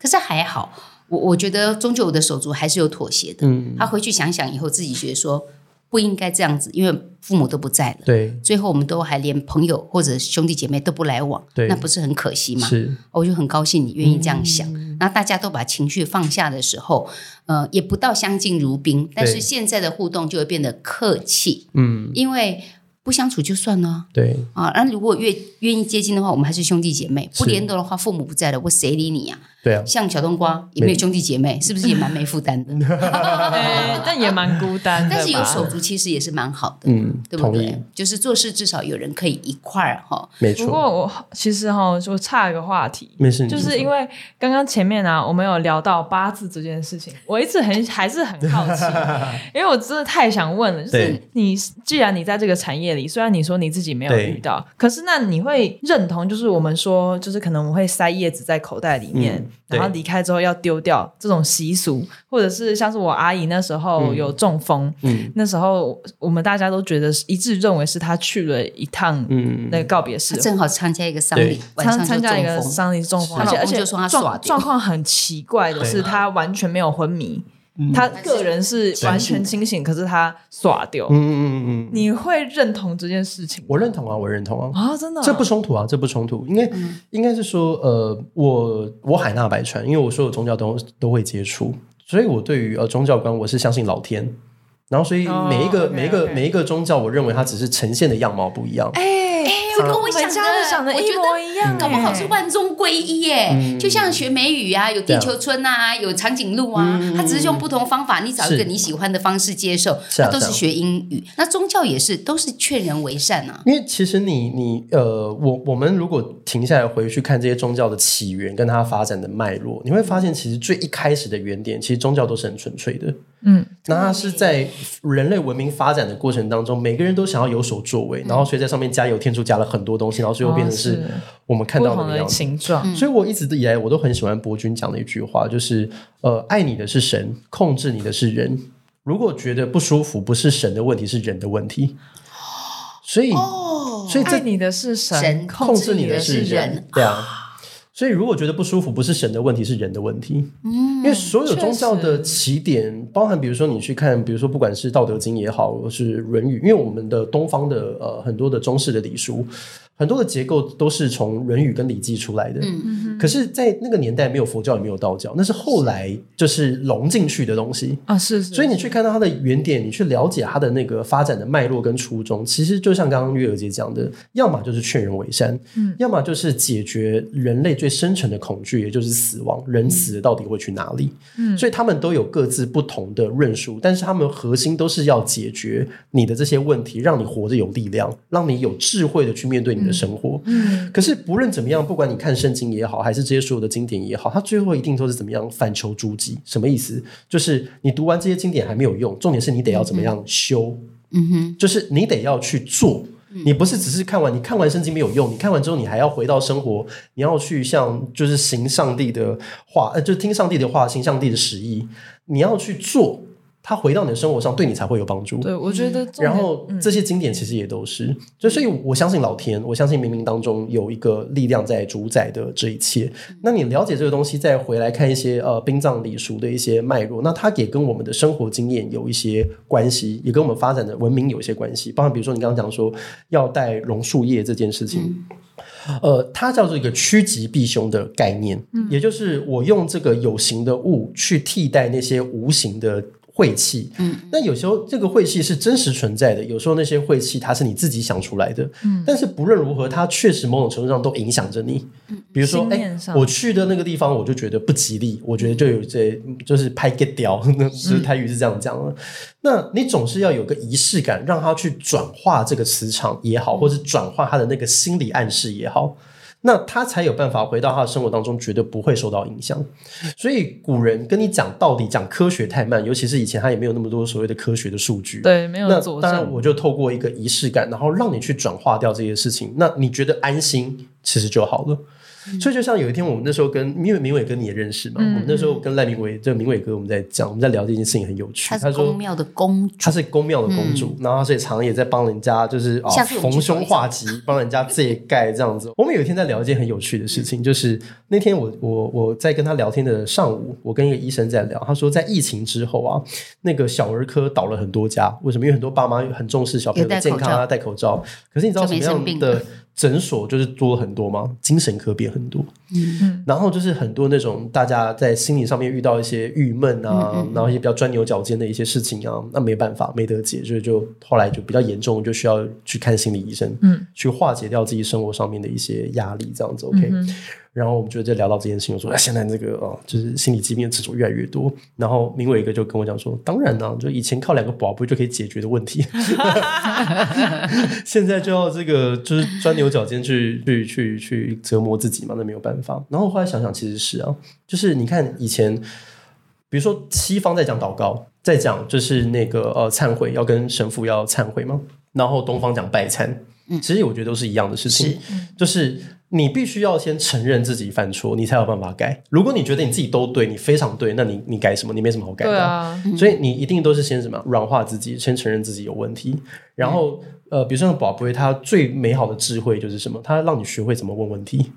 [SPEAKER 1] 可是还好，我我觉得终究我的手足还是有妥协的。
[SPEAKER 3] 嗯，
[SPEAKER 1] 他回去想想以后，自己觉得说不应该这样子，因为父母都不在了。
[SPEAKER 3] 对，
[SPEAKER 1] 最后我们都还连朋友或者兄弟姐妹都不来往，
[SPEAKER 3] 对
[SPEAKER 1] 那不是很可惜吗？
[SPEAKER 3] 是
[SPEAKER 1] 我哦就很高兴你愿意这样想。
[SPEAKER 3] 嗯
[SPEAKER 1] 那大家都把情绪放下的时候，呃，也不到相敬如宾，但是现在的互动就会变得客气，
[SPEAKER 3] 嗯，
[SPEAKER 1] 因为不相处就算了啊。
[SPEAKER 3] 对，
[SPEAKER 1] 啊，那如果越愿意接近的话，我们还是兄弟姐妹；不
[SPEAKER 3] 是
[SPEAKER 1] 联络的话，父母不在了，我谁理你呀、
[SPEAKER 3] 对啊，
[SPEAKER 1] 像小冬瓜也没有兄弟姐妹，是不是也蛮没负
[SPEAKER 3] <laughs>
[SPEAKER 1] 担的？
[SPEAKER 2] 哎但也蛮孤单的吧。
[SPEAKER 1] 但是有手足其实也是蛮好的，
[SPEAKER 3] 嗯，
[SPEAKER 1] 对不
[SPEAKER 3] 同意
[SPEAKER 1] 对，？就是做事至少有人可以一块儿哈。
[SPEAKER 3] 没
[SPEAKER 2] 不
[SPEAKER 3] 错，
[SPEAKER 2] 过我其实哈，我差一个话题，
[SPEAKER 3] 没事，
[SPEAKER 2] 就是因
[SPEAKER 3] 为
[SPEAKER 2] 为刚刚前面啊，我们有聊到八字这件事情，我一直很还是很好
[SPEAKER 3] <laughs>
[SPEAKER 2] 奇，因为我真的太想问了，就是
[SPEAKER 3] 对
[SPEAKER 2] 你既然你在这个产业里，虽然你说你自己没有
[SPEAKER 3] 对
[SPEAKER 2] 遇到，可是那你会认同，就是我们说，就是可能我们会塞叶子在口袋里面，
[SPEAKER 3] 嗯对
[SPEAKER 2] 然后离开之后要丢掉这种习俗，或者是像是我阿姨那时候有中风，
[SPEAKER 3] 嗯
[SPEAKER 2] 那时候我们大家都觉得一致认为是她去了一趟
[SPEAKER 3] 嗯
[SPEAKER 2] 那个告别
[SPEAKER 1] 他
[SPEAKER 2] 式，
[SPEAKER 1] 正好参加一个丧礼
[SPEAKER 3] 对，
[SPEAKER 1] 晚上
[SPEAKER 2] 参
[SPEAKER 1] 就
[SPEAKER 2] 参加一个
[SPEAKER 1] 中风，
[SPEAKER 2] 丧礼中风，
[SPEAKER 1] 她
[SPEAKER 2] 而且
[SPEAKER 1] 老
[SPEAKER 2] 而
[SPEAKER 1] 公
[SPEAKER 2] 且
[SPEAKER 1] 就说她耍
[SPEAKER 2] 状
[SPEAKER 1] 掉
[SPEAKER 2] 状况很奇怪的是，
[SPEAKER 3] 对啊嗯
[SPEAKER 2] 他完全没有昏迷，他个人是完全清醒，可是他耍掉
[SPEAKER 3] 嗯。嗯嗯嗯嗯，
[SPEAKER 2] 你会认同这件事情吗？
[SPEAKER 3] 我认同啊，我认同
[SPEAKER 1] 哦
[SPEAKER 3] 啊，
[SPEAKER 2] 啊，真的啊，
[SPEAKER 3] 这不冲突啊，这不冲突，应该、
[SPEAKER 1] 嗯
[SPEAKER 3] 应该是说，呃，我我海纳百川，因为我所有宗教都都会接触，所以我对于呃宗教观我是相信老天，然后所以
[SPEAKER 2] 哦
[SPEAKER 3] 每一个、
[SPEAKER 2] OK，
[SPEAKER 3] 每一个
[SPEAKER 2] OK
[SPEAKER 3] 每一个宗教，我认为它只是呈现的样貌不一样，
[SPEAKER 2] 哎，
[SPEAKER 1] 哎我跟我
[SPEAKER 2] 我
[SPEAKER 1] 想
[SPEAKER 2] 们家的想的
[SPEAKER 1] 我觉
[SPEAKER 2] 一
[SPEAKER 1] 得
[SPEAKER 2] 模一样，
[SPEAKER 1] 搞不好是
[SPEAKER 2] 哎
[SPEAKER 1] 万中归一耶。
[SPEAKER 3] 嗯
[SPEAKER 1] 就像学美语啊，有地球村啊，有长颈鹿啊，
[SPEAKER 3] 嗯
[SPEAKER 1] 它只是用不同方法，你找一个
[SPEAKER 3] 是
[SPEAKER 1] 你喜欢的方式接受，
[SPEAKER 3] 是啊
[SPEAKER 1] 它都
[SPEAKER 3] 是
[SPEAKER 1] 是
[SPEAKER 3] 啊
[SPEAKER 1] 学英语。那宗教也是，都是劝人为善啊。
[SPEAKER 3] 因为其实你你呃，我我们如果停下来回去看这些宗教的起源跟它发展的脉络，你会发现，其实最一开始的原点，其实宗教都是很纯粹的。
[SPEAKER 2] 嗯，
[SPEAKER 3] 那它是在人类文明发展的过程当中，每个人都想要有所作为，然后所以在上面加油添醋，加了很多东西，然后最后变成
[SPEAKER 2] 哦
[SPEAKER 3] 是
[SPEAKER 2] 是
[SPEAKER 3] 我们看
[SPEAKER 2] 不
[SPEAKER 3] 到
[SPEAKER 2] 同
[SPEAKER 3] 的
[SPEAKER 2] 的
[SPEAKER 3] 样子。
[SPEAKER 2] 形状，
[SPEAKER 3] 所以我一直以来我都很喜欢伯君讲的一句话，就是呃，爱你的是神，控制你的是人。如果觉得不舒服，不是神的问题，是人的问题。所以，所以这
[SPEAKER 2] 爱你的是神，
[SPEAKER 1] 神
[SPEAKER 2] 控
[SPEAKER 1] 制
[SPEAKER 2] 制
[SPEAKER 1] 你
[SPEAKER 2] 你
[SPEAKER 1] 的
[SPEAKER 2] 的
[SPEAKER 1] 是
[SPEAKER 2] 是
[SPEAKER 1] 人
[SPEAKER 3] 对啊。所以，如果觉得不舒服，不是神的问题，是人的问题。嗯，因为所有宗教的起点，包含比如说你去看，比如说不管是《道德经》也好，或是《论语》，因为我们的东方的呃很多的中式的礼书，很多的结构都是从《论语》跟《礼记》出来的。嗯可是，在那个年代没有佛教，也没有道教，那是后来就是融进去的东西。
[SPEAKER 2] 啊，是，是
[SPEAKER 3] 所以你去看到它的原点，你去了解它的那个发展的脉络跟初衷，其实就像刚刚月儿姐讲的，要么就是劝人为善，嗯，要么就是解决人类最深层的恐惧，也就是死亡，人死了到底会去哪里？嗯，所以他们都有各自不同的论述，但是他们核心都是要解决你的这些问题，让你活着有力量，让你有智慧的去面对你的生活。嗯，可是不论怎么样，不管你看圣经也好，还是这些所有的经典也好，它最后一定都是怎么样反求诸己？什么意思？就是你读完这些经典还没有用，重点是你得要怎么样修，
[SPEAKER 1] 嗯哼，
[SPEAKER 3] 就是你得要去做。你不是只是看完，你看完圣经没有用，你看完之后你还要回到生活，你要去像就是行上帝的话，呃，就是听上帝的话，行上帝的旨意，你要去做，它回到你的生活上，对你才会有帮助。
[SPEAKER 2] 对，我觉得重点，嗯
[SPEAKER 3] 然后这些经典其实也都是，就所以我相信老天，我相信冥冥当中有一个力量在主宰的这一切。
[SPEAKER 2] 嗯
[SPEAKER 3] 那你了解这个东西，再回来看一些呃殡葬礼俗的一些脉络，那它也跟我们的生活经验有一些关系，也跟我们发展的文明有一些关系。包含比如说你刚刚讲说要带榕树叶这件事情，
[SPEAKER 2] 嗯
[SPEAKER 3] 呃，它叫做一个趋吉避凶的
[SPEAKER 2] 嗯
[SPEAKER 3] 概念，也就是我用这个有形的物去替代那些无形的。晦气。嗯，那有时候这个晦气是真实存在的，有时候那些晦气它是你自己想出来的。嗯，但是不论如何，它确实某种程度上都影响着你。比如说，
[SPEAKER 2] 心
[SPEAKER 3] 哎、
[SPEAKER 2] 念上
[SPEAKER 3] 我去的那个地方，我就觉得不吉利，我觉得就有这就是拍 get 掉，那就是台语是这样讲的。那你总是要有个仪式感，让他去转化这个磁场也好，或者转化他的那个心理暗示也好。那他才有办法回到他的生活当中，绝对不会受到影响。所以古人跟你讲道理、讲科学太慢，尤其是以前他也没有那么多所谓的科学的数据。
[SPEAKER 2] 对，没有
[SPEAKER 3] 那
[SPEAKER 2] 佐
[SPEAKER 3] 当然，
[SPEAKER 2] 证。
[SPEAKER 3] 我就透过一个仪式感，然后让你去转化掉这些事情。那你觉得安心，其实就好了。
[SPEAKER 2] 嗯
[SPEAKER 3] 所以就像有一天，我们那时候跟因为明伟哥你也认识嘛，我们那
[SPEAKER 2] 嗯
[SPEAKER 3] 时候跟赖明伟，这明伟哥我们在讲，我们在聊这件事情很有趣。
[SPEAKER 1] 她
[SPEAKER 3] 啊他
[SPEAKER 1] 是
[SPEAKER 3] 说
[SPEAKER 1] 宫庙的公主，
[SPEAKER 3] 她是宫庙的公主，然后她所以常常也在帮人家，就是啊
[SPEAKER 1] 嗯下次我们去
[SPEAKER 3] 逢凶化吉，帮人家借盖这样子。我们有一天在聊一件很有趣的事情，就是那天我我我在跟他聊天的上午，我跟一个医生在聊，他说在疫情之后啊，那个小儿科倒了很多家，为什么？因为很多爸妈很重视小朋友的健康
[SPEAKER 1] 有
[SPEAKER 3] 啊，戴口罩。可是你知道
[SPEAKER 1] 就没
[SPEAKER 3] 什么
[SPEAKER 1] 生病
[SPEAKER 3] 样的诊所就是多了很多吗？精神科变很多，嗯，然后就是很多那种大家在心理上面遇到一些郁闷啊，然后一些比较钻牛角尖的一些事情啊，那没办法，没得解，所以就后来就比较严重，就需要去看心理医生，嗯，去化解掉自己生活上面的一些压力，这样子，OK。然后我们就在聊到这件事情，我说、哎、现在这个哦，就是心理疾病的诊所越来越多。然后明伟哥就跟我讲说，当然呢、就以前靠两个宝贝就可以解决的问题， <laughs> 现在就要这个就是钻牛角尖去 <laughs> 去去去折磨自己嘛，那没有办法。然后后来想想，其实是啊，就是你看以前，比如说西方在讲祷告，在讲就是那个呃忏悔，要跟神父要忏悔嘛，然后东方讲拜忏，其实我觉得都嗯是一样的事情，就是。你必须要先承认自己犯错，你才有办法改。如果你觉得你自己都对，你非常对，那你你改什么？你没什么好改的
[SPEAKER 2] 对
[SPEAKER 3] 啊、
[SPEAKER 2] 啊，
[SPEAKER 1] 嗯
[SPEAKER 3] 所以你一定都是先什么软化自己，先承认自己有问题，然后、呃，比如说像宝贝，他最美好的智慧就是什么？他让你学会怎么问问题，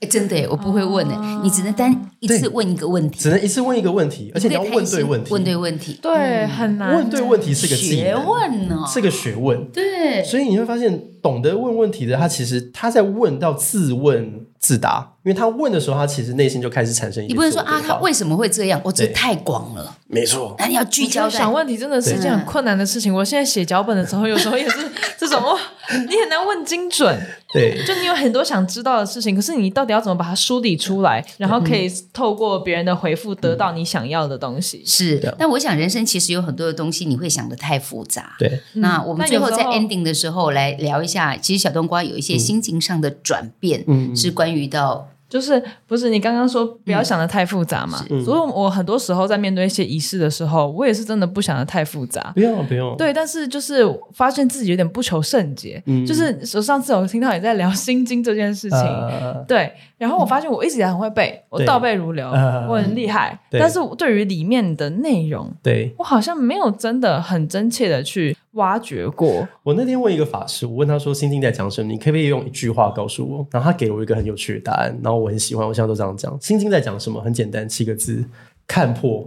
[SPEAKER 1] 哎，真的耶，我不会问的，
[SPEAKER 2] 哦
[SPEAKER 1] 你只能单一次
[SPEAKER 3] 对
[SPEAKER 1] 问一个问题，
[SPEAKER 3] 只能一次问一个问题，而且你要
[SPEAKER 1] 会开
[SPEAKER 3] 问对
[SPEAKER 1] 心
[SPEAKER 3] 问题，
[SPEAKER 1] 问对问题，啊
[SPEAKER 2] 对，很难。
[SPEAKER 3] 问对问题是个技
[SPEAKER 1] 学
[SPEAKER 3] 能，
[SPEAKER 1] 问哦呢，
[SPEAKER 3] 是个学问。
[SPEAKER 1] 对，
[SPEAKER 3] 所以你会发现，懂得问问题的他，其实他在问到自问自答，因为他问的时候，他其实内心就开始产生一些
[SPEAKER 1] 你不能说
[SPEAKER 3] 自我对
[SPEAKER 1] 啊，他
[SPEAKER 3] 话
[SPEAKER 1] 为什么会这样？我这
[SPEAKER 3] 对哦
[SPEAKER 1] 太广了，
[SPEAKER 3] 没错，
[SPEAKER 1] 那你要聚焦在
[SPEAKER 2] 想问题真的是一件很困难的事情。我现在写脚本的时候，有时候也是这种哇，你很难问精准。
[SPEAKER 3] 对。
[SPEAKER 2] 就你有很多想知道的事情，可是你到底要怎么把它梳理出来，然后可以
[SPEAKER 3] 嗯
[SPEAKER 2] 透过别人的回复得到你想要的东西？
[SPEAKER 1] 是，但我想人生其实有很多的东西，你会想的太复杂。
[SPEAKER 3] 对，
[SPEAKER 1] 那我们
[SPEAKER 2] 但
[SPEAKER 1] 最
[SPEAKER 2] 嗯有
[SPEAKER 1] 后
[SPEAKER 2] 时
[SPEAKER 1] 在
[SPEAKER 2] 候
[SPEAKER 1] ending 的时候来聊一下，其实小冬瓜有一些心情上的转变，
[SPEAKER 3] 嗯
[SPEAKER 1] 是关于到
[SPEAKER 2] 就是不是你刚刚说不要
[SPEAKER 3] 嗯
[SPEAKER 2] 想的太复杂嘛？所以我很多时候在面对一些仪式的时候，我也是真的不想的太复杂。
[SPEAKER 3] 不用不用，
[SPEAKER 2] 对，但是就是发现自己有点不求甚解，
[SPEAKER 3] 嗯
[SPEAKER 2] 就是 <laughs> 我上次有听到你在聊心经这件事情，
[SPEAKER 3] 呃，
[SPEAKER 2] 对，然后我发现我一直也很会背，我
[SPEAKER 3] 对
[SPEAKER 2] 倒背如流，
[SPEAKER 3] 呃
[SPEAKER 2] 我很厉害，
[SPEAKER 3] 对
[SPEAKER 2] 但是我对于里面的内容，
[SPEAKER 3] 对，
[SPEAKER 2] 我好像没有真的很真切的去挖掘过。
[SPEAKER 3] 我那天问一个法师，我问他说：“心经在讲什么？你可不可以用一句话告诉我？”然后他给了我一个很有趣的答案，然后我很喜欢，我现在都这样讲。心经在讲什么？很简单，七个字：看破、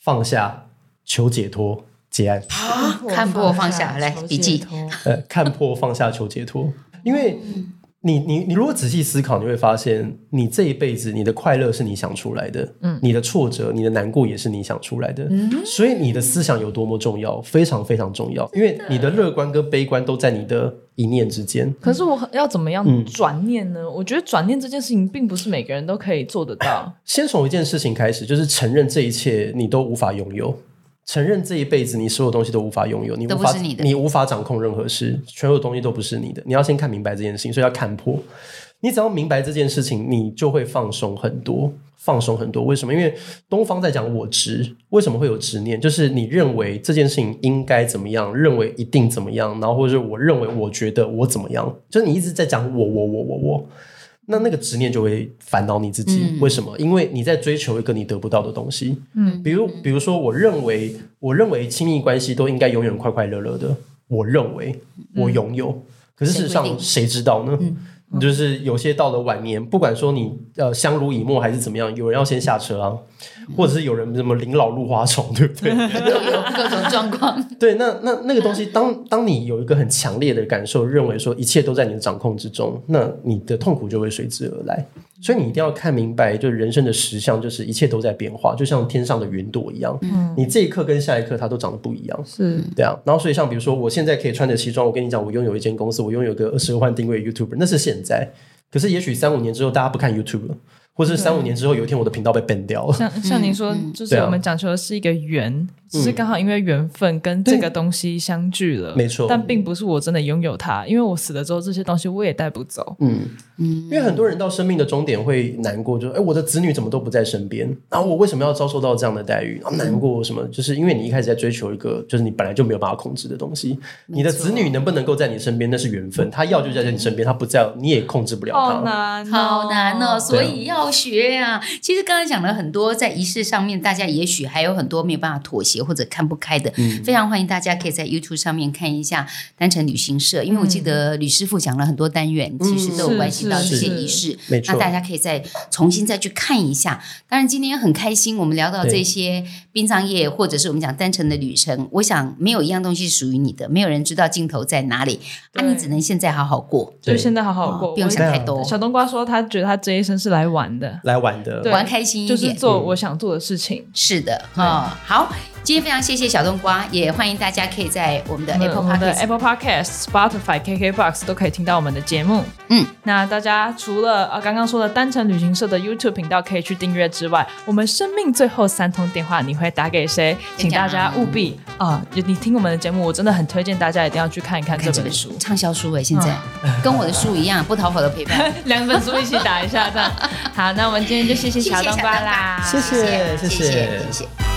[SPEAKER 3] 放下、求解脱、结案。
[SPEAKER 1] 啊看破放
[SPEAKER 2] 哎
[SPEAKER 1] 下来笔记。
[SPEAKER 3] 呃，看破、放下、求解脱。因为你你你如果仔细思考，你会发现，你这一辈子你的快乐是你想出来的，嗯，你的挫折、你的难过也是你想出来的，所以你的思想有多么重要，非常非常重要，因为你的乐观跟悲观都在你的一念之间。
[SPEAKER 2] 可是我要怎么
[SPEAKER 3] 嗯
[SPEAKER 2] 样转念呢？我觉得转念这件事情并不是每个人都可以做得
[SPEAKER 3] <laughs>
[SPEAKER 2] 到。
[SPEAKER 3] 先从一件事情开始，就是承认这一切你都无法拥有，承认这一辈子你所有东西都无法拥有，你
[SPEAKER 1] 都
[SPEAKER 3] 无
[SPEAKER 1] 不
[SPEAKER 3] 法
[SPEAKER 1] 是你的
[SPEAKER 3] 无法掌控任何事，所有东西都不是你的。你要先看明白这件事情，所以要看破。你只要明白这件事情，你就会放松很多，放松很多。为什么？因为东方在讲我执，为什么会有执念？就是你认为这件事情应该怎么样，认为一定怎么样，然后或者是我认为我觉得我怎么样，就是你一直在讲我我我我我，那那个执念就会烦恼你自己。为什么？因为你在追求一个你得不到的东西。嗯，比如比如说，我认为我认为亲密关系都应该永远快快乐乐的，我认为我拥有，可是事
[SPEAKER 1] 谁
[SPEAKER 3] 实
[SPEAKER 1] 规
[SPEAKER 3] 上
[SPEAKER 1] 定
[SPEAKER 3] 谁知道呢？就是有些到了晚年，不管说你呃相濡以沫还是怎么样，有人要先下车啊，或者是有人什么临老入花丛，对不对？
[SPEAKER 1] 各有各种状况，
[SPEAKER 3] <laughs> 对，那那那个东西，当当你有一个很强烈的感受，认为说一切都在你的掌控之中，那你的痛苦就会随之而来。所以你一定要看明白，就是人生的实相，就是一切都在变化，就像天上的云朵一样，你这一刻跟下一刻它都长得不一样。
[SPEAKER 2] 是
[SPEAKER 3] 对啊，然后所以像比如说，我现在可以穿着西装，我跟你讲，我拥有一间公司，我拥有一个二十万定位的 YouTuber，那是现在。可是也许三五年之后，大家不看 YouTube 了，或是三五年之后有一天我的频道被 ban 掉了。
[SPEAKER 2] 像像你
[SPEAKER 1] 嗯
[SPEAKER 2] 说，就是
[SPEAKER 3] 对啊嗯
[SPEAKER 2] 我们讲求的是一个缘，只是刚好因为缘分跟这个东西相聚了，
[SPEAKER 3] 没错
[SPEAKER 2] 但并不是我真的拥有它，因为我死了之后，这些东西我也带不走。
[SPEAKER 3] 嗯因为很多人到生命的终点会难过，就是哎，我的子女怎么都不在身边，然后我为什么要遭受到这样的待遇？然后难过什么？就是因为你一开始在追求一个就是你本来就没有办法控制的东西，你的子女能不能够在你身边那是缘分，他要就在你身边，他不在你也控制不了他。
[SPEAKER 2] 难
[SPEAKER 1] 好难哦，所以要学啊。其实刚才讲了很多，在仪式上面，大家也许还有很多没有办法妥协或者看不开的。非常欢迎大家可以在 YouTube 上面看一下嗯单程旅行社，因为我记得嗯吕师傅讲了很多单元，其实都有关系到这些仪式。
[SPEAKER 3] 没错
[SPEAKER 1] 那大家可以再重新再去看一下。当然，今天很开心，我们聊到
[SPEAKER 3] 对
[SPEAKER 1] 这些殡葬业，或者是我们讲单程的旅程。我想没有一样东西是属于你的，没有人知道尽头在哪里，啊，
[SPEAKER 2] 对
[SPEAKER 1] 你只能现在好好过，啊
[SPEAKER 2] 就
[SPEAKER 3] 对
[SPEAKER 2] 现在好好过。
[SPEAKER 1] 不用
[SPEAKER 2] 我
[SPEAKER 1] 想太多，
[SPEAKER 2] 小冬瓜说，他觉得他这一生是来玩的，
[SPEAKER 3] 来玩的，
[SPEAKER 2] 对
[SPEAKER 1] 玩开心一
[SPEAKER 2] 就
[SPEAKER 1] 点。
[SPEAKER 2] 是做我想做的事情。
[SPEAKER 1] 是的，哈、好，今天非常谢谢小冬瓜，也欢迎大家可以在我们的 Apple
[SPEAKER 2] 嗯我们的
[SPEAKER 1] Podcast，
[SPEAKER 2] Apple Podcast、Spotify、KKBox 都可以听到我们的节目。
[SPEAKER 1] 嗯，
[SPEAKER 2] 那大家除了呃刚刚说的单程旅行社的 YouTube 频道可以去订阅之外，我们生命最后三通电话你会打给谁？请大家务必啊、就你听我们的节目，我真的很推荐大家一定要去看一看这
[SPEAKER 1] 看这
[SPEAKER 2] 本
[SPEAKER 1] 本
[SPEAKER 2] <laughs> 书
[SPEAKER 1] 书，。畅销书哎，现在、
[SPEAKER 2] 嗯
[SPEAKER 1] 跟我的书一样，不讨好的陪
[SPEAKER 2] <laughs>
[SPEAKER 1] 伴。
[SPEAKER 2] 两本书一起打一下，这样好。那我们今天就谢
[SPEAKER 1] 谢
[SPEAKER 2] 谢
[SPEAKER 1] 谢
[SPEAKER 2] 小冬瓜啦，
[SPEAKER 1] 小冬瓜谢
[SPEAKER 3] 谢
[SPEAKER 1] 谢
[SPEAKER 3] 谢谢
[SPEAKER 1] 谢谢。谢谢